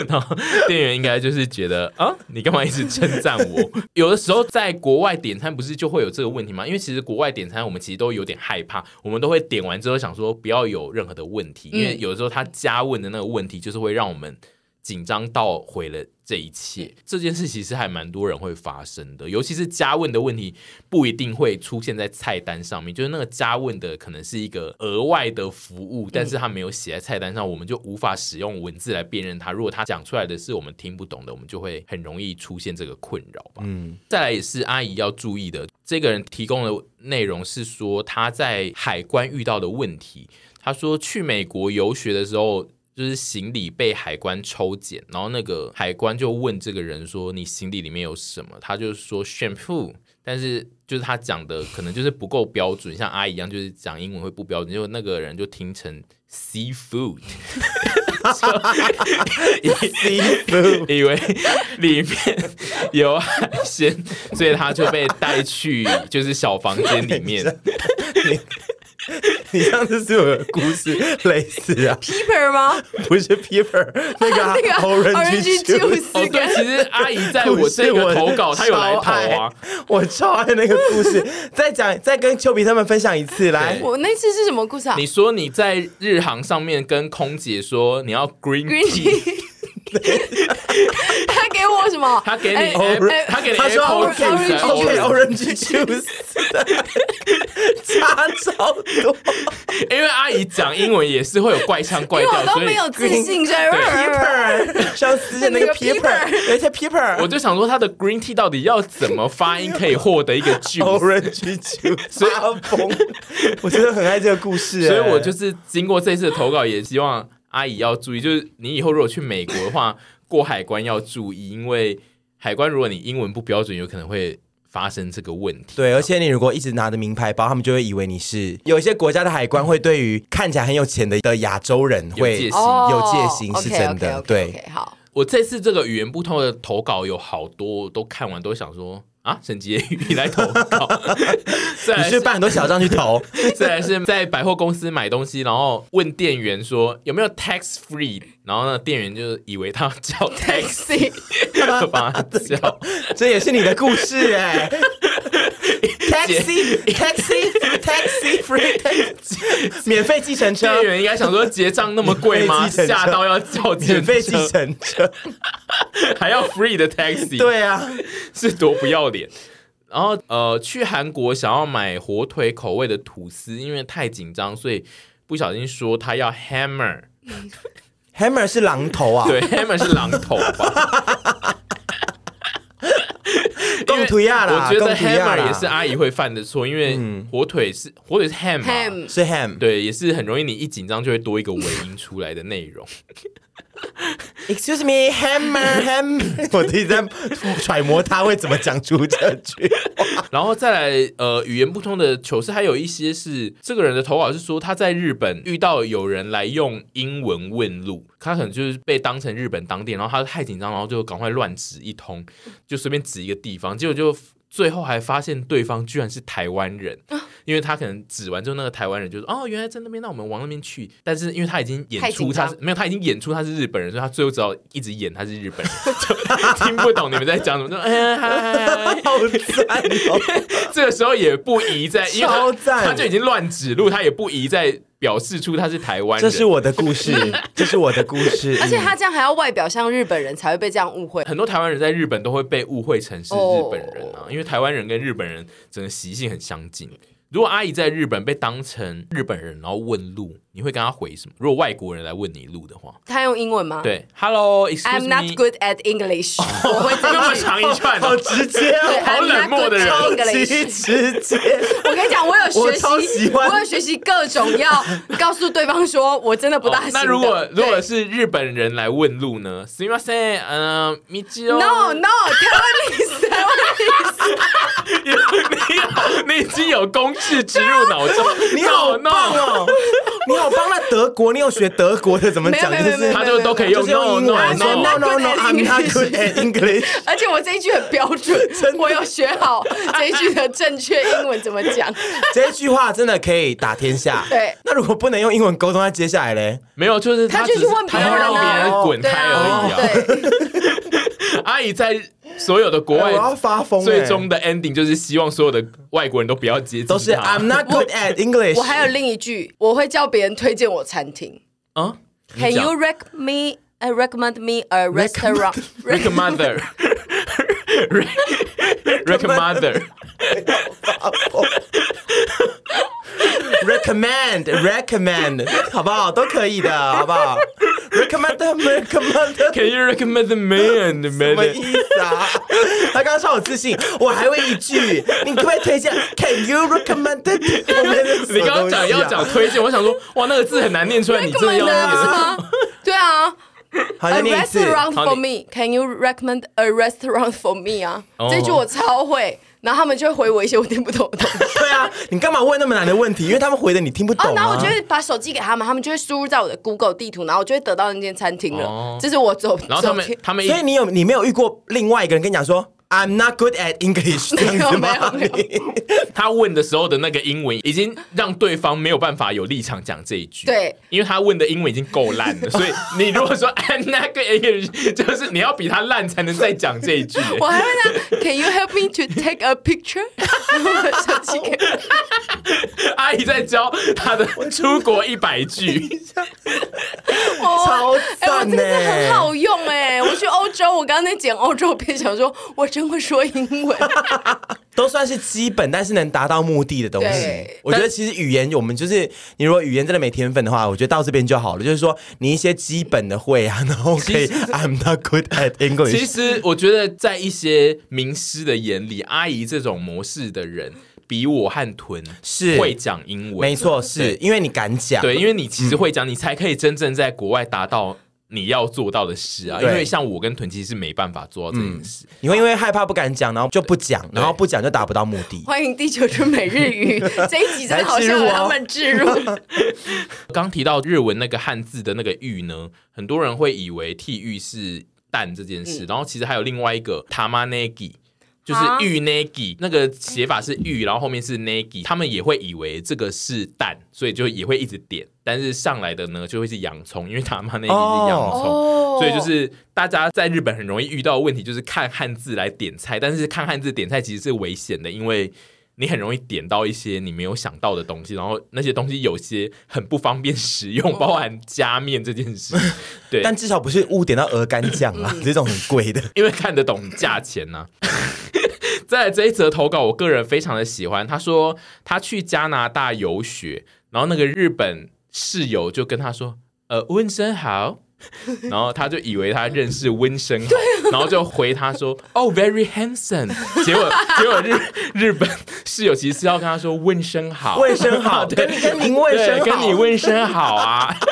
Speaker 1: 然后店员应该就是觉得啊，你干嘛一直称赞我？ 有的时候在国外点餐不是就会有这个问题吗？因为其实国外点餐我们其实都有点害怕，我们都会点完之后想说不要有任何的问题，因为有的时候他加问的那个问题就是会让我们。紧张到毁了这一切。这件事其实还蛮多人会发生的，尤其是加问的问题不一定会出现在菜单上面，就是那个加问的可能是一个额外的服务，但是他没有写在菜单上，我们就无法使用文字来辨认它。如果他讲出来的是我们听不懂的，我们就会很容易出现这个困扰吧。嗯，再来也是阿姨要注意的，这个人提供的内容是说他在海关遇到的问题。他说去美国游学的时候，就是行李被海关抽检，然后那个海关就问这个人说：“你行李里面有什么？”他就说 shampoo，但是就是他讲的可能就是不够标准，像阿姨一样，就是讲英文会不标准，结果那个人就听成 seafood。以 为里面有海鲜，所以他就被带去就是小房间里面。
Speaker 4: 你上次是有故事类似啊，
Speaker 2: Peeper 吗？
Speaker 4: 不是 paper 那个啊
Speaker 2: 那个
Speaker 4: orange
Speaker 2: Orange
Speaker 4: juice。
Speaker 1: 哦，对，
Speaker 2: Juice 跟
Speaker 1: 其实阿姨在我这
Speaker 4: 不是
Speaker 1: 个投稿，她有来投啊。，
Speaker 4: 我超爱我超爱那个故事。再讲，再跟丘比他们分享一次来。
Speaker 1: 对
Speaker 2: 我那次是什么故事啊？
Speaker 1: 你说你在日航上面跟空姐说你要 green
Speaker 2: Green
Speaker 1: tea，
Speaker 2: 他给我什么？
Speaker 1: 她给
Speaker 2: 哎
Speaker 1: 你
Speaker 4: Orange-
Speaker 1: 她给你
Speaker 4: 他说
Speaker 1: apple
Speaker 2: orange-
Speaker 1: juice，
Speaker 2: orange-
Speaker 1: 哦
Speaker 4: OK orange juice，差超多。
Speaker 1: 因为阿姨讲英文也是会有怪腔怪
Speaker 2: 因为我
Speaker 1: 调，
Speaker 2: 都
Speaker 1: 所
Speaker 2: 没
Speaker 1: 以
Speaker 2: 有自信，所以
Speaker 4: paper 上次的那个 paper，而且 paper
Speaker 1: 我就想说她的 green tea 到底要怎么发音可以获得一
Speaker 2: 哦
Speaker 1: 个 juice。
Speaker 4: orange juice，发疯。我真的很爱这个故事，欸
Speaker 1: 所以我就是经过这次的投稿，也希望啊阿姨要注意，就是你以后如果去美国的话，过海关要注意，因为海关如果你英文不标准，有可能会发生这个问题。
Speaker 4: 对，而且你如果一直拿着名牌包，他们就会以为你是有一些国家的海关会对于看起来很有钱的的亚洲人
Speaker 1: 有
Speaker 4: 会
Speaker 1: 戒心哦
Speaker 4: 有戒心是真的，对。
Speaker 2: OK，好，
Speaker 1: 我这次这个语言不通的投稿有好多，都看完都想说啊，沈杰宇你来投稿， 再
Speaker 4: 你
Speaker 1: 来
Speaker 4: 是不是
Speaker 1: 是
Speaker 4: 办很多小账去投，
Speaker 1: 再来是在百货公司买东西，然后问店员说啊有没有 tax free，然后呢店员就以为他叫 tax，
Speaker 2: C
Speaker 1: 把他叫，
Speaker 4: 这也是你的故事 哎、taxi taxi taxi free taxi，免费计程车
Speaker 1: 店，员应该想说结账那么贵吗？
Speaker 4: 啊免费计程车
Speaker 1: 吓到要叫计
Speaker 4: 免费计
Speaker 1: 程车，
Speaker 4: 程车，
Speaker 1: 还要 free 的 taxi，，
Speaker 4: 对啊，
Speaker 1: 是多不要脸。然后呃，去韩国想要买火腿口味的吐司，因为太紧张，所以不小心说他要 hammer，
Speaker 4: Hammer 是榔头啊，
Speaker 1: 对，hammer 是狼头吧？
Speaker 4: 共涂亚啦，
Speaker 1: 我觉得
Speaker 4: 共涂亚
Speaker 1: hammer
Speaker 4: 啦嗯
Speaker 1: 也是阿姨会犯的错，因为火腿是火腿是 ham，嘛
Speaker 2: Ham
Speaker 4: 是 Ham，
Speaker 1: 对，也是很容易你一紧张就会多一个尾音出来的内容。
Speaker 4: Excuse me, hammer, hammer 。 我自己在揣摩他会怎么讲出这句。
Speaker 1: 然后再来，呃，语言不通的糗事，还有一些是这个人的投稿是说他在日本遇到有人来用英文问路，他可能就是被当成日本当地人，然后他太紧张，然后就赶快乱指一通，
Speaker 2: 嗯
Speaker 1: 就随便指一个地方，结果就。最后还发现对方居然是台湾人，
Speaker 2: 啊
Speaker 1: 因为他可能指完之后，那个台湾人就说：“哦，原来在那边，那我们往那边去。”但是因为他已经演
Speaker 2: 太
Speaker 1: 出
Speaker 2: 紧
Speaker 1: 他
Speaker 2: 张
Speaker 1: 是没有，他已经演出他是日本人，所以他最后只好一直演他是日本人， 就听不懂你们在讲什么。就哎嗨，
Speaker 4: 好赞哦！
Speaker 1: 这个时候也不宜 在，因为他
Speaker 4: 超赞
Speaker 1: 他就已经乱指路，他也不宜在表示出他是台湾
Speaker 4: 这
Speaker 1: 人。
Speaker 4: 是我的故事，这是我的故事。
Speaker 2: 而且
Speaker 4: 嗯
Speaker 2: 他这样还要外表像日本人，才会被这样误会。
Speaker 1: 很多台湾人在日本都会被误会成是日本人啊
Speaker 2: 哦
Speaker 1: 因为台湾人跟日本人整个习性很相近。如果阿姨在日本被当成日本人，然后问路，你会跟她回什么？如果外国人来问你路的话，
Speaker 2: 他用英文吗？
Speaker 1: 对，Hello，Excuse
Speaker 2: ，I'm
Speaker 1: me，哦
Speaker 2: not good at English，我会这
Speaker 1: 那么
Speaker 2: 样。
Speaker 1: 长一串、
Speaker 4: 好
Speaker 1: 哦，
Speaker 4: 直接哦，
Speaker 1: 好冷漠的人
Speaker 2: I'm
Speaker 4: 超
Speaker 2: not good at
Speaker 4: 级
Speaker 2: English
Speaker 4: 直接。
Speaker 2: 我跟你讲，我有
Speaker 4: 我
Speaker 2: 学
Speaker 4: 超
Speaker 2: 习，
Speaker 4: 喜
Speaker 2: 我
Speaker 4: 欢
Speaker 2: 有学习各种要告诉对方说我真的不大行的。
Speaker 1: 哦那如果如
Speaker 2: 对
Speaker 1: 果是日本人来问路呢？ すみません，嗯、道を
Speaker 2: No No，台湾历史，台湾历史。
Speaker 1: 你有 你 已经有公式植入脑中，
Speaker 4: 你好
Speaker 1: no
Speaker 4: 棒
Speaker 1: no，
Speaker 4: 哦！你好棒！那德国，你有学德国的怎么讲？
Speaker 2: 没有
Speaker 4: 就
Speaker 2: 没有没有
Speaker 1: 他
Speaker 2: 没有
Speaker 4: 是
Speaker 1: 就都可以
Speaker 4: 就
Speaker 1: 用
Speaker 4: 是用
Speaker 1: no
Speaker 4: 英文
Speaker 1: no
Speaker 4: 说
Speaker 1: no
Speaker 4: no no no I'm not good at English。
Speaker 2: 而且我这一句很标准， 我有学好这一句的正确英文怎么讲。
Speaker 4: 这一句话真的可以打天下。
Speaker 2: 对
Speaker 4: 那如果不能用英文沟通，那接下来嘞？
Speaker 1: 没有，就是
Speaker 2: 他
Speaker 1: 只
Speaker 2: 就是去问别
Speaker 1: 他要
Speaker 2: 人
Speaker 1: 让别
Speaker 2: 啊
Speaker 1: 人滚
Speaker 2: 对
Speaker 1: 开而
Speaker 2: 啊
Speaker 1: 已，啊。
Speaker 2: 对，
Speaker 1: 阿姨在所有的国
Speaker 4: 哎我要
Speaker 1: 外
Speaker 4: 发疯欸！
Speaker 1: 最终的 ending 就是希望所有的外国人都不要接近
Speaker 4: 都是
Speaker 1: 他
Speaker 4: I'm not good at English。
Speaker 2: 我还有另一句，我会叫别人推荐我餐厅。
Speaker 1: 啊，你
Speaker 2: Can
Speaker 1: 讲
Speaker 2: you rec me 哎，recommend me a restaurant。
Speaker 1: Rick Mother。Rick Mother，
Speaker 4: recommend recommend 好不好？都可以的，好不好？recommend recommend
Speaker 1: Can you recommend the man? The
Speaker 4: 什么
Speaker 1: man?
Speaker 4: 意思啊？他刚刚超有自信，我还会一句，你可不可以推荐？Can you recommend it？啊
Speaker 1: 你刚刚讲要讲推荐，我想说，哇，那个字很难念出来，你真的要
Speaker 2: recommend 啊是
Speaker 1: 念？
Speaker 2: 吗？对啊
Speaker 4: 好，
Speaker 2: ，a
Speaker 4: 再念一次。
Speaker 2: restaurant
Speaker 1: 好
Speaker 2: for me。Can you recommend a restaurant for me 啊？
Speaker 1: 哦
Speaker 2: 这句我超会，然后他们就会回我一些我听不懂的东西。
Speaker 4: 对啊，你干嘛问那么难的问题？因为他们回的你听不
Speaker 2: 啊
Speaker 4: 懂，
Speaker 2: 然后我就会把手机给他们，他们就会输入在我的 Google 地图，然后我就会得到那间餐厅
Speaker 1: 哦
Speaker 2: 了。这是我走，
Speaker 1: 然后他
Speaker 2: 走进
Speaker 1: 们他们一
Speaker 4: 所以你有你没有遇过另外一个人跟你讲说 I'm not good at English 这样子吗？
Speaker 2: 没有没
Speaker 1: 他问的时候的那个英文，已经让对方没有办法有立场讲这一句。
Speaker 2: 对，
Speaker 1: 因为他问的英文已经够烂了，所以你如果说哎 I'm not good English，就是你要比他烂才能再讲这一句。
Speaker 2: 我还会 呢，Can you help me to take a picture？手机给我
Speaker 1: 阿姨在教他的出国一百 句，哦
Speaker 4: 超
Speaker 2: 哎、我
Speaker 4: 赞欸
Speaker 2: 真
Speaker 4: 呢、
Speaker 2: 的是很好用哎、我去欧洲，我刚刚在剪欧洲片，想说我真会说英文。
Speaker 4: 都算是基本，但是能达到目的的东西
Speaker 2: 对。
Speaker 4: 我觉得其实语言，我们就是你如果语言真的没天分的话，我觉得到这边就好了。就是说你一些基本的会啊，然后可以 I'm not good at
Speaker 1: 其
Speaker 4: English。
Speaker 1: 实我觉得在一些名师的眼里，阿姨这种模式的人，比我和屯
Speaker 4: 是
Speaker 1: 会讲英文。
Speaker 4: 没错，嗯是因为你敢讲，
Speaker 1: 对，因为你其实会讲，你才可以真正在国外达到你要做到的事啊。因
Speaker 4: 对嗯
Speaker 1: 为像我跟屯其实是没办法做到这件事。
Speaker 4: 你会因为害怕不敢讲，然后就不讲，然后不讲就达不到目的。
Speaker 2: 欢迎地球村每日 语这一集真的好像
Speaker 1: 哦
Speaker 2: 有他们置入，
Speaker 1: 刚提到日文那个汉字的那个“玉”呢，很多人会以为剃玉是蛋这件事，然后其实还有另外一个 tamanegi。就是
Speaker 2: 啊
Speaker 1: 玉 negi 那个写法是玉，然后后面是 negi，他们也会以为这个是蛋，所以就也会一直点。但是上来的呢就会是洋葱，因为 tamanegi 是洋葱，
Speaker 2: 哦
Speaker 1: 所以就是大家在日本很容易遇到的问题，就是看汉字来点菜，但是看汉字点菜其实是危险的，因为。你很容易点到一些你没有想到的东西，然后那些东西有些很不方便使用，包含加面这件事。对，
Speaker 4: 但至少不是误点到鹅肝酱啊，这种很贵的。
Speaker 1: 因为看得懂价钱呐、 再来这一则投稿，我个人非常的喜欢。他说他去加拿大游学，然后那个日本室友就跟他说：“呃，温生好。” 然后他就以为他认识温生豪，然后就回他说：“哦、v e r y handsome。”结果结果日日本室友其实是要跟他说：“温生好，
Speaker 4: 问声 好，
Speaker 1: 对
Speaker 4: 跟你跟您问声
Speaker 1: 对，跟
Speaker 4: 好，
Speaker 1: 你温生好啊。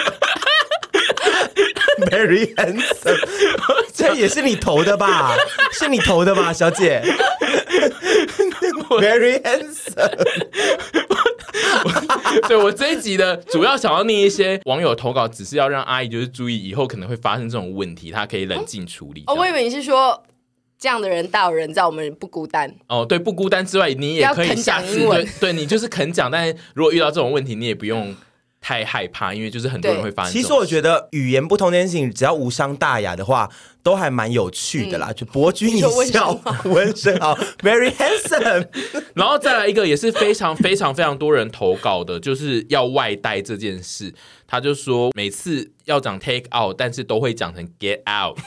Speaker 4: very handsome，这也是你投的吧？是你投的吧，小姐？very handsome，
Speaker 1: 对我这一集的主要想要念一些网友投稿，只是要让阿姨就是注意以后可能会发生这种问题，她可以冷静处理。
Speaker 2: 哦，我
Speaker 1: 这
Speaker 2: 以
Speaker 1: 样
Speaker 2: 为你是说这样的人大有人在，我们不 孤单。
Speaker 1: 哦，对，不孤单之外，你也可
Speaker 2: 要
Speaker 1: 以
Speaker 2: 肯
Speaker 1: 下
Speaker 2: 讲
Speaker 1: 次
Speaker 2: 英文
Speaker 1: 对，对你就是肯讲，但是如果遇到这种问题，你也不用太害怕，因为就是很多人会发生这
Speaker 4: 其
Speaker 1: 种事。
Speaker 4: 实我觉得语言不通这件事情，只要无伤大雅的话，都还蛮有趣的啦。就博君一笑，温声好，very handsome，
Speaker 1: 然后再来一个也是非常非常非常多人投稿的，就是要外带这件事。他就说每次要讲 take out，但是都会讲成 get out，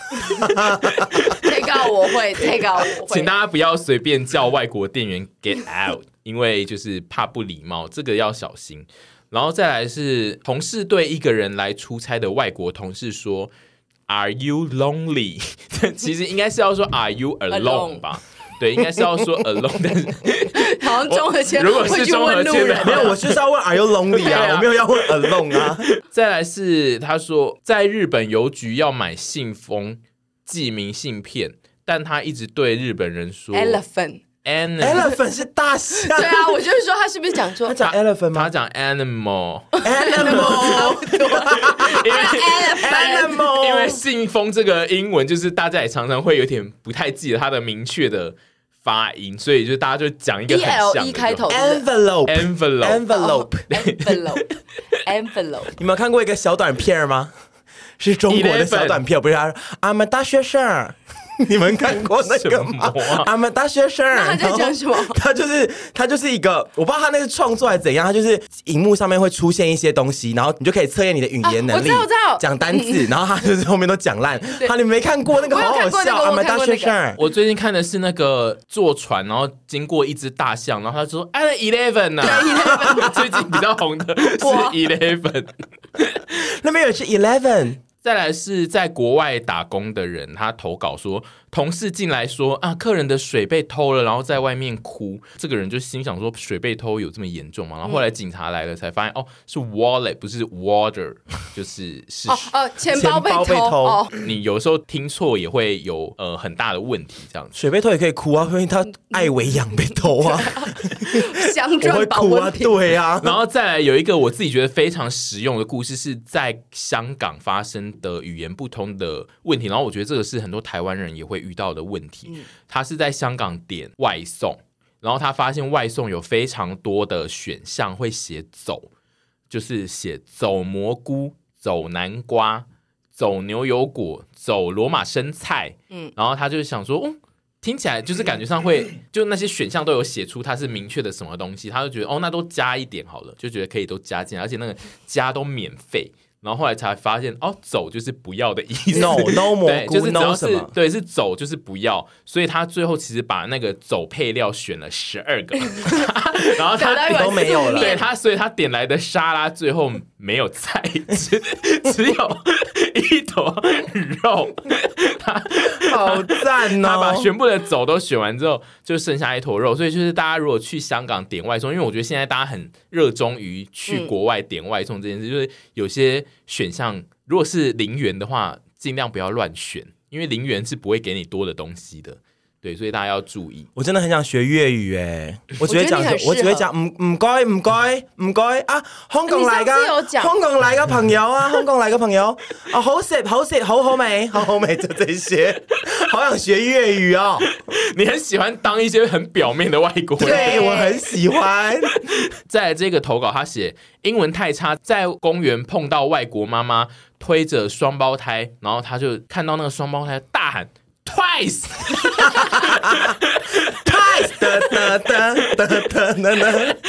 Speaker 2: 这个我会，这个我
Speaker 1: 请
Speaker 2: 会
Speaker 1: 大。家不要随便叫外国店员 get out，因 为就是怕不礼貌，这个要小心。然后再来是同事对一个人来出差的外国同事说，Are you lonely？其 实应该是要说 Are you alone
Speaker 2: Alone
Speaker 1: 吧？对，应该是要说 alone，但 是
Speaker 2: 好像综合签
Speaker 1: 如果是
Speaker 2: 会去
Speaker 1: 综合
Speaker 2: 问
Speaker 1: 签的
Speaker 2: 路人，
Speaker 4: 没有，我就是要问 Are you lonely
Speaker 1: 对啊
Speaker 4: 啊？我没有要问 alone 啊。
Speaker 1: 再来是他说，在日本邮局要买信封寄明信片，但他一直对日本人说
Speaker 2: elephant。
Speaker 1: animal，
Speaker 4: elephant 是大象
Speaker 2: 对，啊，我就是说他是不是讲
Speaker 4: 他
Speaker 2: 说
Speaker 4: 讲 elephant
Speaker 1: 他
Speaker 4: 吗
Speaker 1: 讲 animal，因为
Speaker 4: ？animal，animal，
Speaker 1: 因
Speaker 2: 哦
Speaker 1: 为
Speaker 4: animal
Speaker 1: 信封这个英文就是大家也常常会有点不太记得它的明确的发音，所以就大家就讲一个
Speaker 2: E
Speaker 1: 很
Speaker 2: L
Speaker 1: 像的
Speaker 2: E 开头
Speaker 4: envelope。
Speaker 1: envelope。
Speaker 4: envelope，
Speaker 2: envelope envelope
Speaker 4: 你们有看过一个小短片儿吗？是中国
Speaker 1: Eleven
Speaker 4: 的啊 小短片，不是他说？俺们大学生儿，你们看过那个吗
Speaker 1: 什么啊？
Speaker 4: 俺们大学生，
Speaker 2: 他在讲什么
Speaker 4: 然后他就是他就是一个，我不知道他那是创作还是怎样，他就是荧幕上面会出现一些东西，然后你就可以测验你的语言能力，
Speaker 2: 啊我知道我知道
Speaker 4: 讲单字，然后他就是后面都讲烂。他你没看过那个，
Speaker 2: 我有
Speaker 4: 好好
Speaker 2: 看过那
Speaker 4: 笑，
Speaker 2: 个
Speaker 4: 俺
Speaker 2: 我
Speaker 4: 们
Speaker 2: 看
Speaker 4: 大
Speaker 2: 过
Speaker 4: 学
Speaker 2: 那个
Speaker 4: 生。
Speaker 1: 我最近看的是那个坐船，然后经过一只大象，然后他就说 “at eleven” 呐、啊， 最近比较红的是 eleven。
Speaker 4: 那边有是 Eleven，
Speaker 1: 再来是在国外打工的人，他投稿说同事进来说啊，客人的水被偷了，然后在外面哭。这个人就心想说，水被偷有这么严重吗？然后后
Speaker 2: 嗯
Speaker 1: 来警察来了，才发现哦，是 wallet 不是 water，就是 是。
Speaker 2: 哦哦，钱包被
Speaker 4: 钱包被偷
Speaker 2: 哦，
Speaker 1: 你有时候听错也会有呃很大的问题，这样子。
Speaker 4: 水被偷也可以哭啊，因为他爱维养被偷 啊，
Speaker 2: 镶
Speaker 4: 我会
Speaker 2: 钻保
Speaker 4: 哭啊，
Speaker 2: 温瓶。
Speaker 4: 对啊。
Speaker 1: 然后再来有一个我自己觉得非常实用的故事，是在香港发生的语言不通的问题。然后我觉得这个是很多台湾人也会遇到的问题。他是在香港点外送，然后他发现外送有非常多的选项会写走，就是写走蘑菇、走南瓜、走牛油果、走罗马生菜。嗯，然后他就想说，嗯。听起来就是感觉上会， 就那些选项都有写出它是明确的什么东西，他就觉得哦，那都加一点好了，就觉得可以都加进来，而且那个加都免费。然后后来才发现，哦，走就是不要的意思
Speaker 4: No no 蘑
Speaker 1: 对，
Speaker 4: 菇、
Speaker 1: 就是只
Speaker 4: no
Speaker 1: 要
Speaker 4: 什
Speaker 1: 是
Speaker 4: 么，
Speaker 1: 对是走就是不要，所以他最后其实把那个走配料选了十二 个，然后他
Speaker 2: 搞到有
Speaker 1: 点
Speaker 4: 啊都没有了
Speaker 1: 对他，所以他点来的沙拉最后没有菜， 只只有一坨肉。
Speaker 4: 好赞
Speaker 1: 他把
Speaker 4: 哦！
Speaker 1: 全部的走都选完之后，就剩下一坨肉。所以就是大家如果去香港点外送，因为我觉得现在大家很热衷于
Speaker 4: 嗯
Speaker 1: 去国外点外送这件事，就是有些选项如果是零元的话，尽量不要乱选，因为零元是不会给你多的东西的。对，所以大家要注意。
Speaker 4: 我真的很想学粤语哎，我只会讲
Speaker 2: 我觉得你很，适合
Speaker 4: 我只会讲唔唔该唔该唔该啊，香港嚟
Speaker 2: 你上次有
Speaker 4: 噶，
Speaker 2: 讲
Speaker 4: 香港嚟噶朋友啊，香港嚟噶朋友啊，好食好食好好味好好味就这些，好想学粤语哦，
Speaker 1: 你很喜欢当一些很表面的外国人。
Speaker 4: 对我很喜欢，
Speaker 1: 在这个投稿，他写英文太差，在公园碰到外国妈妈推着双胞胎，然后他就看到那个双胞胎大喊 twice。
Speaker 4: 太哒哒哒哒哒哒哒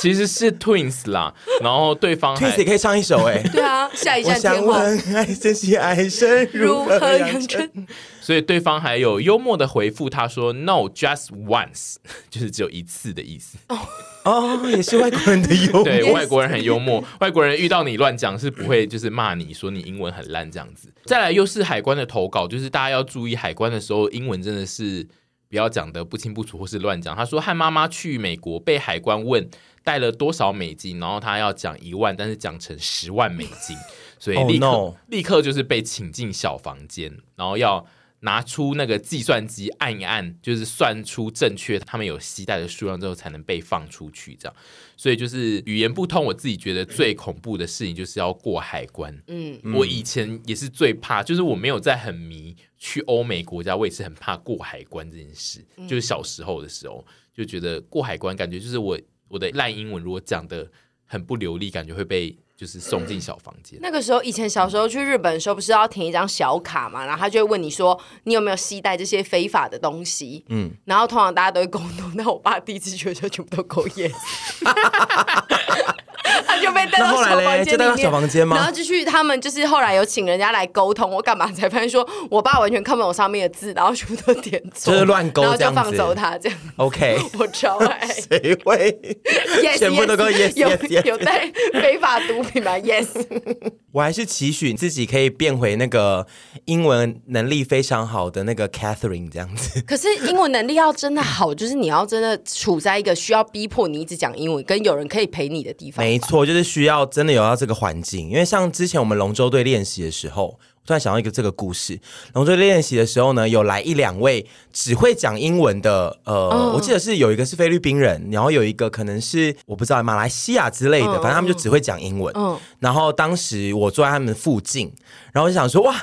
Speaker 1: 其实是 twins 啦，然后对方还
Speaker 4: ，Twins 也可以唱一首哎，
Speaker 2: 对啊，下一
Speaker 4: 我
Speaker 2: 站
Speaker 4: 想
Speaker 2: 天后
Speaker 4: 问爱珍惜爱神
Speaker 2: 如
Speaker 4: 如
Speaker 2: 何
Speaker 4: 何
Speaker 2: 养
Speaker 4: 养
Speaker 2: 成
Speaker 4: 成？？
Speaker 1: 所以对方还有幽默的回复他说 no just once，就是 只有一次的意思。
Speaker 4: 哦，也是外国人的幽默，
Speaker 1: 对，外国人很幽默， 外国人遇到你乱讲是不会就是骂你说你英文很烂这样子。再来又是海关的投稿，就是大家要注意海关的时候，英文真的是不要讲得不清不楚或是乱讲。他说和妈妈去美国被海关问带了多少美金，然后他要讲一万，但是讲成十万美金，所以
Speaker 4: Oh
Speaker 1: 立刻、
Speaker 4: no
Speaker 1: 立刻就是被请进小房间，然后要。拿出那个计算机按一按，就是算出正确他们有携带的数量之后，才能被放出去。这样，所以就是语言不通，我自己觉得最恐怖的事情就是要过海关。嗯，我以前也是最怕，就是我没有在很迷去欧美国家，我也是很怕过海关这件事。就是小时候的时候，就觉得过海关感觉就是我我的烂英文如果讲的很不流利，感觉会被就是送进小房间。
Speaker 2: 那个时候，以前小时候去日本的时候，不是要填一张小卡嘛，然后他就会问你说你有没有携带这些非法的东西，嗯，然后通常大家都会沟通，但我爸第一次去的时候全部都勾 yes，他就被带到
Speaker 4: 那后
Speaker 2: 小
Speaker 4: 来
Speaker 2: 房
Speaker 4: 嘞
Speaker 2: 间
Speaker 4: 就带
Speaker 2: 里
Speaker 4: 到
Speaker 2: 面，
Speaker 4: 小房间吗
Speaker 2: 然后就去他们就是后来有请人家来沟通，我干嘛才发现说我爸完全看不懂上面的字，然后全部都点错，
Speaker 4: 就是乱勾
Speaker 2: 然后
Speaker 4: 这
Speaker 2: 就
Speaker 4: 样子
Speaker 2: 放走他这样，
Speaker 4: OK，
Speaker 2: 我超爱。
Speaker 4: 谁会？
Speaker 2: yes,
Speaker 4: 全部都勾
Speaker 2: yes,
Speaker 4: yes,
Speaker 2: 有
Speaker 4: yes, yes
Speaker 2: 有带非法毒品吗？Yes，
Speaker 4: 我还是期许自己可以变回那个英文能力非常好的那个 Catherine 这样子。
Speaker 2: 可是英文能力要真的好，就是你要真的处在一个需要逼迫你一直讲英文，跟有人可以陪你的地方。
Speaker 4: 没错，就是需要真的有到这个环境，因为像之前我们龙舟队练习的时候，我突然想到一个这个故事。龙舟队练习的时候呢，有来一两位只会讲英文的，呃，我记得是有一个是菲律宾人，然后有一个可能是我不知道马
Speaker 2: 嗯
Speaker 4: 来西亚之类的，反正他们就只会讲英文。然后当时我坐在他们附近，然然后我就想说，哇，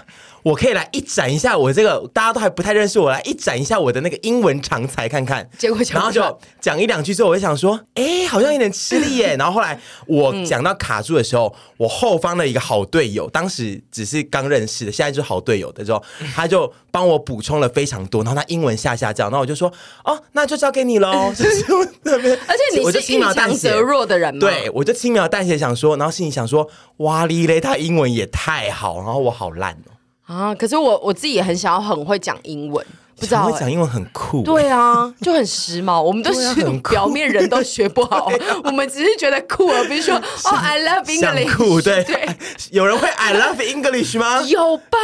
Speaker 4: 我可以来一展一下我这个大家都还不太认识我，来一展一下我的那个英文长才看看。
Speaker 2: 结果讲
Speaker 4: 然后
Speaker 2: 不出来
Speaker 4: 就讲一两句之后，我就想说，哎，好像有点吃力耶。然后后来我讲到卡住的时候，我后方的一个好队友，当时只是刚认识的，现在就是好队友的时候，他就帮我补充了非常多。然后他英文下下降，然后我就说，哦，那就交给 你喽。就是我那边，
Speaker 2: 而且
Speaker 4: 我
Speaker 2: 你
Speaker 4: 就是轻
Speaker 2: 遇
Speaker 4: 描淡
Speaker 2: 强
Speaker 4: 写
Speaker 2: 则弱的人嘛，
Speaker 4: 对，我就轻描淡写想说，然后心里想说，哇哩嘞，他英文也太好，然后我好烂哦、
Speaker 2: 啊。可是我我自己也很想要很会讲英文，不知道
Speaker 4: 想
Speaker 2: 欸
Speaker 4: 会讲英文很酷、
Speaker 2: 对啊，就很时髦。我们都
Speaker 4: 对啊
Speaker 2: 是
Speaker 4: 很酷啊
Speaker 2: 表面人都学不 好，我们只是觉得酷而不是说哦，I love
Speaker 4: 想
Speaker 2: English。
Speaker 4: 酷对
Speaker 2: 对，
Speaker 4: 有人会 I love English 吗？
Speaker 2: 有吧？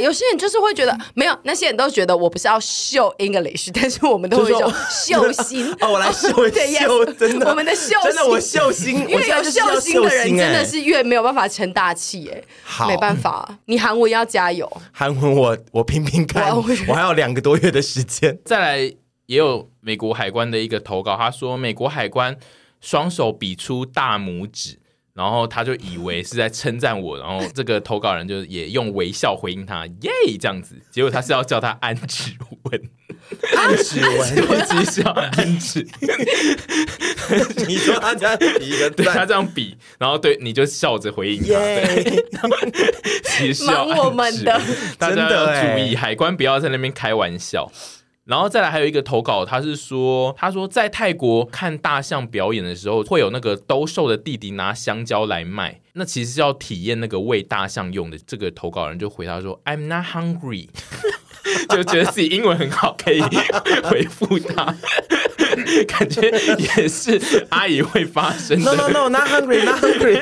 Speaker 2: 有些人就是会觉得没有，那些人都觉得我不是要秀 English，但是我们都
Speaker 4: 就
Speaker 2: 会有
Speaker 4: 说。
Speaker 2: 一种秀心
Speaker 4: 哦，我来秀一
Speaker 2: 对
Speaker 4: 秀，
Speaker 2: yes，
Speaker 4: 真的，
Speaker 2: 我们的秀
Speaker 4: 真的
Speaker 2: 心
Speaker 4: 我秀心，我
Speaker 2: 越
Speaker 4: 现在
Speaker 2: 有
Speaker 4: 就是要
Speaker 2: 秀心的人，
Speaker 4: 秀
Speaker 2: 真
Speaker 4: 哎
Speaker 2: 的是越没有办法成大器哎、
Speaker 4: 好
Speaker 2: 没办法、你韩文要加油。
Speaker 4: 哎韩文我我拼拼看，
Speaker 2: 我
Speaker 4: 我
Speaker 2: 要回去
Speaker 4: 还有两个多月的时 间。
Speaker 1: 再来也有美国海关的一个投稿，他说美国海关双手比出大拇指。然后他就以为是在称赞我，然后这个投稿人就也用微笑回应他， 耶这样子。结果他是要叫他安指纹，
Speaker 2: 啊
Speaker 4: 安指文，
Speaker 1: 我只是要安 指，
Speaker 4: 你说他家一个
Speaker 1: 对他
Speaker 4: 赞，
Speaker 1: 这样比，然后对你就笑着回应他，对，
Speaker 4: 耶！
Speaker 1: 其实是
Speaker 4: 啊
Speaker 1: 要
Speaker 2: 忙我们的
Speaker 1: 暗指 大家
Speaker 4: 真的
Speaker 1: 要注
Speaker 4: 欸
Speaker 1: 意，海关不要在那边开玩笑。然后再来还有一个投稿，他是说，他说在泰国看大象表演的时候，会有那个兜售的弟弟拿香蕉来卖，那其实是要体验那个喂大象用的。这个投稿人就回答说，I'm not hungry，就觉得自己英文很好，可以回复他， 感觉也是阿姨会发生的
Speaker 4: No no no, not hungry, not hungry。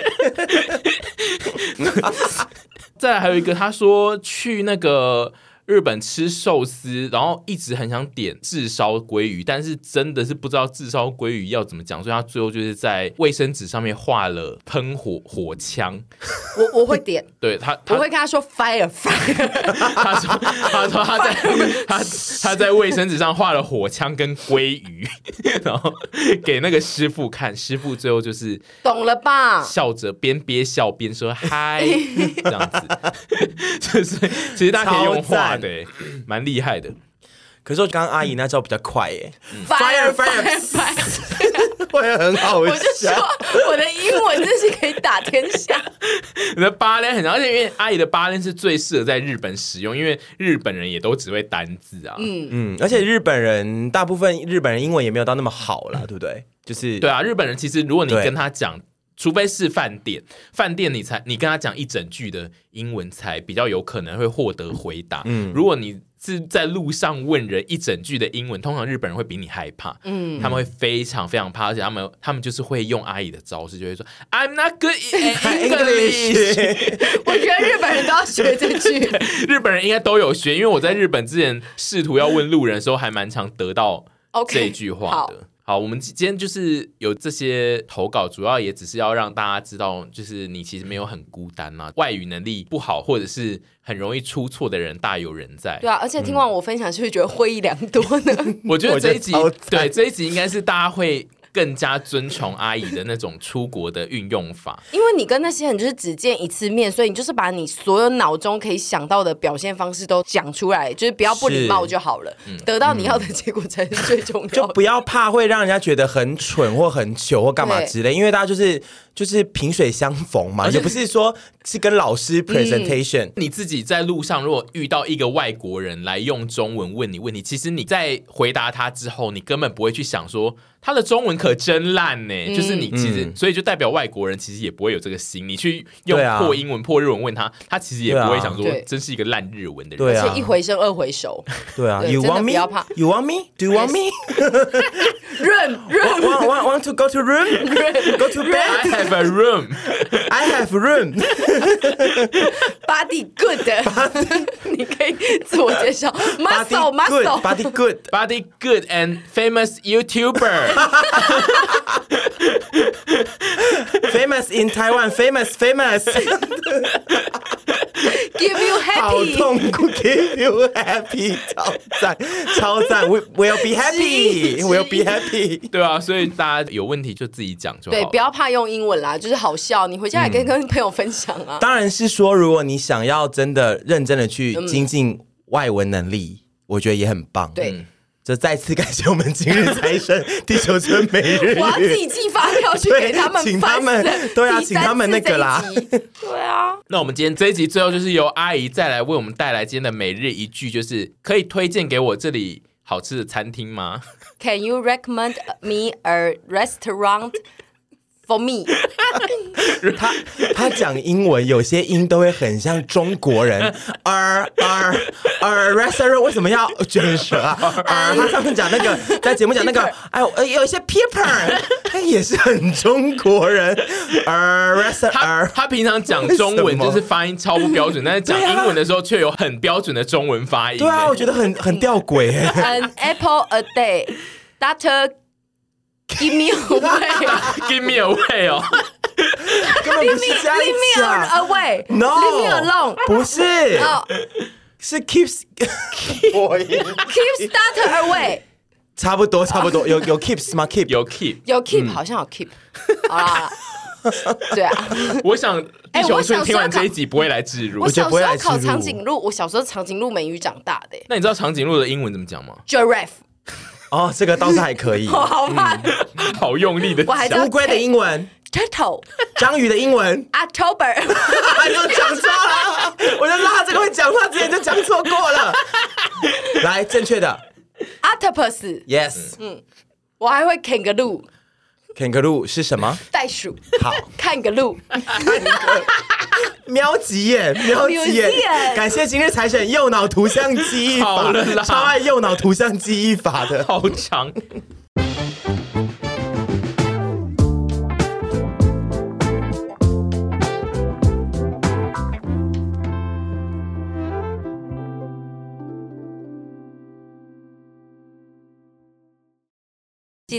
Speaker 1: 再来还有一个，他说去那个日本吃寿司，然后一直很想点炙烧鲑鱼，但是真的是不知道炙烧鲑鱼要怎么讲，所以他最后就是在卫生纸上面画了喷火火枪。
Speaker 2: 我我会点，
Speaker 1: 对他，
Speaker 2: 我
Speaker 1: 他
Speaker 2: 会跟他说 fire fire，
Speaker 1: 他说他说他在他他在卫生纸上画了火枪跟鲑鱼，然后给那个师傅看，师傅最后就是
Speaker 2: 懂了吧？
Speaker 1: 笑着边憋笑边说嗨，这样子， 就是其实大家可以用画的、蛮厉害的。
Speaker 4: 可是我刚刚阿姨那招比较快耶，
Speaker 2: Fire
Speaker 4: fire，啊
Speaker 2: fire！
Speaker 4: 会很好
Speaker 2: 我就说
Speaker 4: 笑。
Speaker 2: 我的英文真是可以打天 下，
Speaker 1: 你的八连很长，而且因为阿姨的八连是最适合在日本使用，因为日本人也都只会单字啊。嗯，
Speaker 4: 嗯，而且日本人大部分日本人英文也没有到那么好
Speaker 2: 嗯
Speaker 4: 啦，对不对？就是
Speaker 1: 对啊，日本人其实如果你
Speaker 4: 对
Speaker 1: 跟他讲。除非是饭店，饭店你才你跟他讲一整句的英文才比较有可能会获得回答。嗯，如果你是在路上问人一整句的英文，通常日本人会比你害怕，嗯，他们会非常非常怕，而且他们他们就是会用阿姨的招式，就会说 I'm not good in English。
Speaker 2: 我觉得日本人都要学这 句。
Speaker 1: 日本人应该都有学，因为我在日本之前试图要问路人的时候，还蛮常得到
Speaker 2: OK，
Speaker 1: 这句话的。好，我们今天就是有这些投稿，主要也只是要让大家知道，就是你其实没有很孤单啦、外语能力不好或者是很容易出错的人大有人在
Speaker 2: 对。啊，而且听完我分享，是不是觉得获益良多呢？
Speaker 1: 我觉得
Speaker 4: 我
Speaker 1: 这
Speaker 4: 觉得
Speaker 1: 一集
Speaker 4: 超惨
Speaker 1: 对这一集应该是大家会更加尊崇阿姨的那种出国的运用法。
Speaker 2: 因为你跟那些人就是只见一次面，所以你就是把你所有脑中可以想到的表现方式都讲出来，就是不要不礼貌就好了，
Speaker 4: 嗯
Speaker 2: 得到你要的结果才是最重
Speaker 4: 就
Speaker 2: 要的。
Speaker 4: 不要怕会让人家觉得很蠢或很糗或干嘛
Speaker 2: 对
Speaker 4: 之类，因为大家就是就是萍水相逢嘛，也不是说是跟老师
Speaker 2: 嗯
Speaker 4: presentation，、
Speaker 1: 你自己在路上，如果遇到一个外国人来用中文问你问题，其实你在回答他之后，你根本不会去想说他的中文可真烂呢、就是你其实，所以就代表外国人其实也不会有这个心，你去用
Speaker 4: 对啊
Speaker 1: 破英文、破日文问他，他其实也不会想说
Speaker 2: 对啊对
Speaker 1: 真是一个烂日文的人。
Speaker 4: 对啊
Speaker 2: 而且一回生二回熟，
Speaker 4: 对啊
Speaker 2: 对
Speaker 4: ，You
Speaker 2: 真的
Speaker 4: want
Speaker 2: 不
Speaker 4: me?
Speaker 2: 要怕
Speaker 4: You want me? Do you want me?
Speaker 2: 润
Speaker 4: Want
Speaker 2: 润
Speaker 4: want want- want to go to room?
Speaker 2: 润
Speaker 4: Go to
Speaker 1: I
Speaker 4: bed?
Speaker 1: have a room，
Speaker 4: I have room.
Speaker 2: body good，你可以自我介绍 muscle
Speaker 4: Body good.
Speaker 2: muscle。
Speaker 4: Body good.
Speaker 1: body good and famous YouTuber，
Speaker 4: Famous in Taiwan. Famous. Famous.
Speaker 2: Give you
Speaker 4: 好
Speaker 2: happy，
Speaker 4: 痛苦，Give you happy，超赞，超赞，We will be happy，will be happy。
Speaker 1: 对啊，所以大家有问题就自己讲就好。
Speaker 2: 对，不要怕用英文啦，就是好笑，你回家也可以跟朋友分享啊。
Speaker 4: 当然是说，如果你想要真的认真的去
Speaker 2: 嗯
Speaker 4: 精进外文能力，我觉得也很棒。
Speaker 2: 对，
Speaker 4: 这再次感谢我们今日财神地球村每日
Speaker 2: 我要自己
Speaker 4: 语。
Speaker 2: 寄发票去给他们
Speaker 4: 对请他们
Speaker 2: 烦死了
Speaker 4: 对啊
Speaker 2: 第
Speaker 4: 请他们那个啦
Speaker 2: 三次这一集对啊，
Speaker 1: 那我们今天这一集最后就是由阿姨再来为我们带来今天的每日一句，就是可以推荐给我这里好吃的餐厅吗？
Speaker 2: Can you recommend me a restaurant for me？
Speaker 4: 他他讲英文，有些音都会很像中国人。 儿儿儿 restaurant 为什么要卷舌 啊？儿他上次讲那个在节目讲那个，哎呦，呃有一些 paper，他也是很中国人。儿 restaurant
Speaker 1: 他
Speaker 4: 儿
Speaker 1: 他平常讲中文就是发音超不标准，但是讲
Speaker 4: 对啊
Speaker 1: 英文的时候却有很标准的中文发音。欸
Speaker 4: 对啊，我觉得很很吊 诡哎、
Speaker 2: An apple a day, doctor, give me away,
Speaker 1: 得 Give me away 哦，
Speaker 4: 根本不是这样
Speaker 2: leave me
Speaker 4: 讲。
Speaker 2: away,
Speaker 4: No，
Speaker 2: leave me alone. Uh,
Speaker 4: 不是
Speaker 2: 哦
Speaker 4: 是 keeps，
Speaker 2: keep starter away，
Speaker 4: 差不多差不多，有有 keeps 吗？keep
Speaker 1: 有 keep。
Speaker 2: 有 keep
Speaker 4: Hmm.
Speaker 2: 好像有 keep，好啦， 好啦对啊，
Speaker 1: 我想地
Speaker 2: 我
Speaker 1: 球
Speaker 2: 小时
Speaker 1: 村
Speaker 2: 候
Speaker 1: 听完
Speaker 2: 考
Speaker 1: 这一集不会来置入
Speaker 2: 我。
Speaker 4: 觉
Speaker 2: 小
Speaker 4: 得不会
Speaker 2: 时
Speaker 4: 来
Speaker 2: 候考
Speaker 4: 置入
Speaker 2: 长颈鹿，我小时候长颈鹿美语长大 的欸
Speaker 1: 那你知道长颈鹿的英文怎么讲 吗？
Speaker 2: ，giraffe，
Speaker 4: 哦，这个倒是还可以。
Speaker 2: 我好慢
Speaker 1: 好用力的
Speaker 2: 我 还知道
Speaker 4: 乌龟的英文，
Speaker 2: ，turtle。
Speaker 4: 章鱼的英文，
Speaker 2: October，
Speaker 4: 啊，又讲错了，我就拉这个会讲话之前就讲错过了。来，正确的
Speaker 2: octopus，
Speaker 4: ，yes，kangaroo
Speaker 2: 我还会 kangaroo
Speaker 4: 是什么？
Speaker 2: 袋鼠，
Speaker 4: 好，
Speaker 2: 看个路，
Speaker 4: 喵吉耶，喵吉耶
Speaker 2: Museum，
Speaker 4: 感谢今日财神右脑图像记忆
Speaker 1: 好
Speaker 4: 法
Speaker 1: 了啦，
Speaker 4: 超爱右脑图像记忆法的。
Speaker 1: 好长。
Speaker 2: 记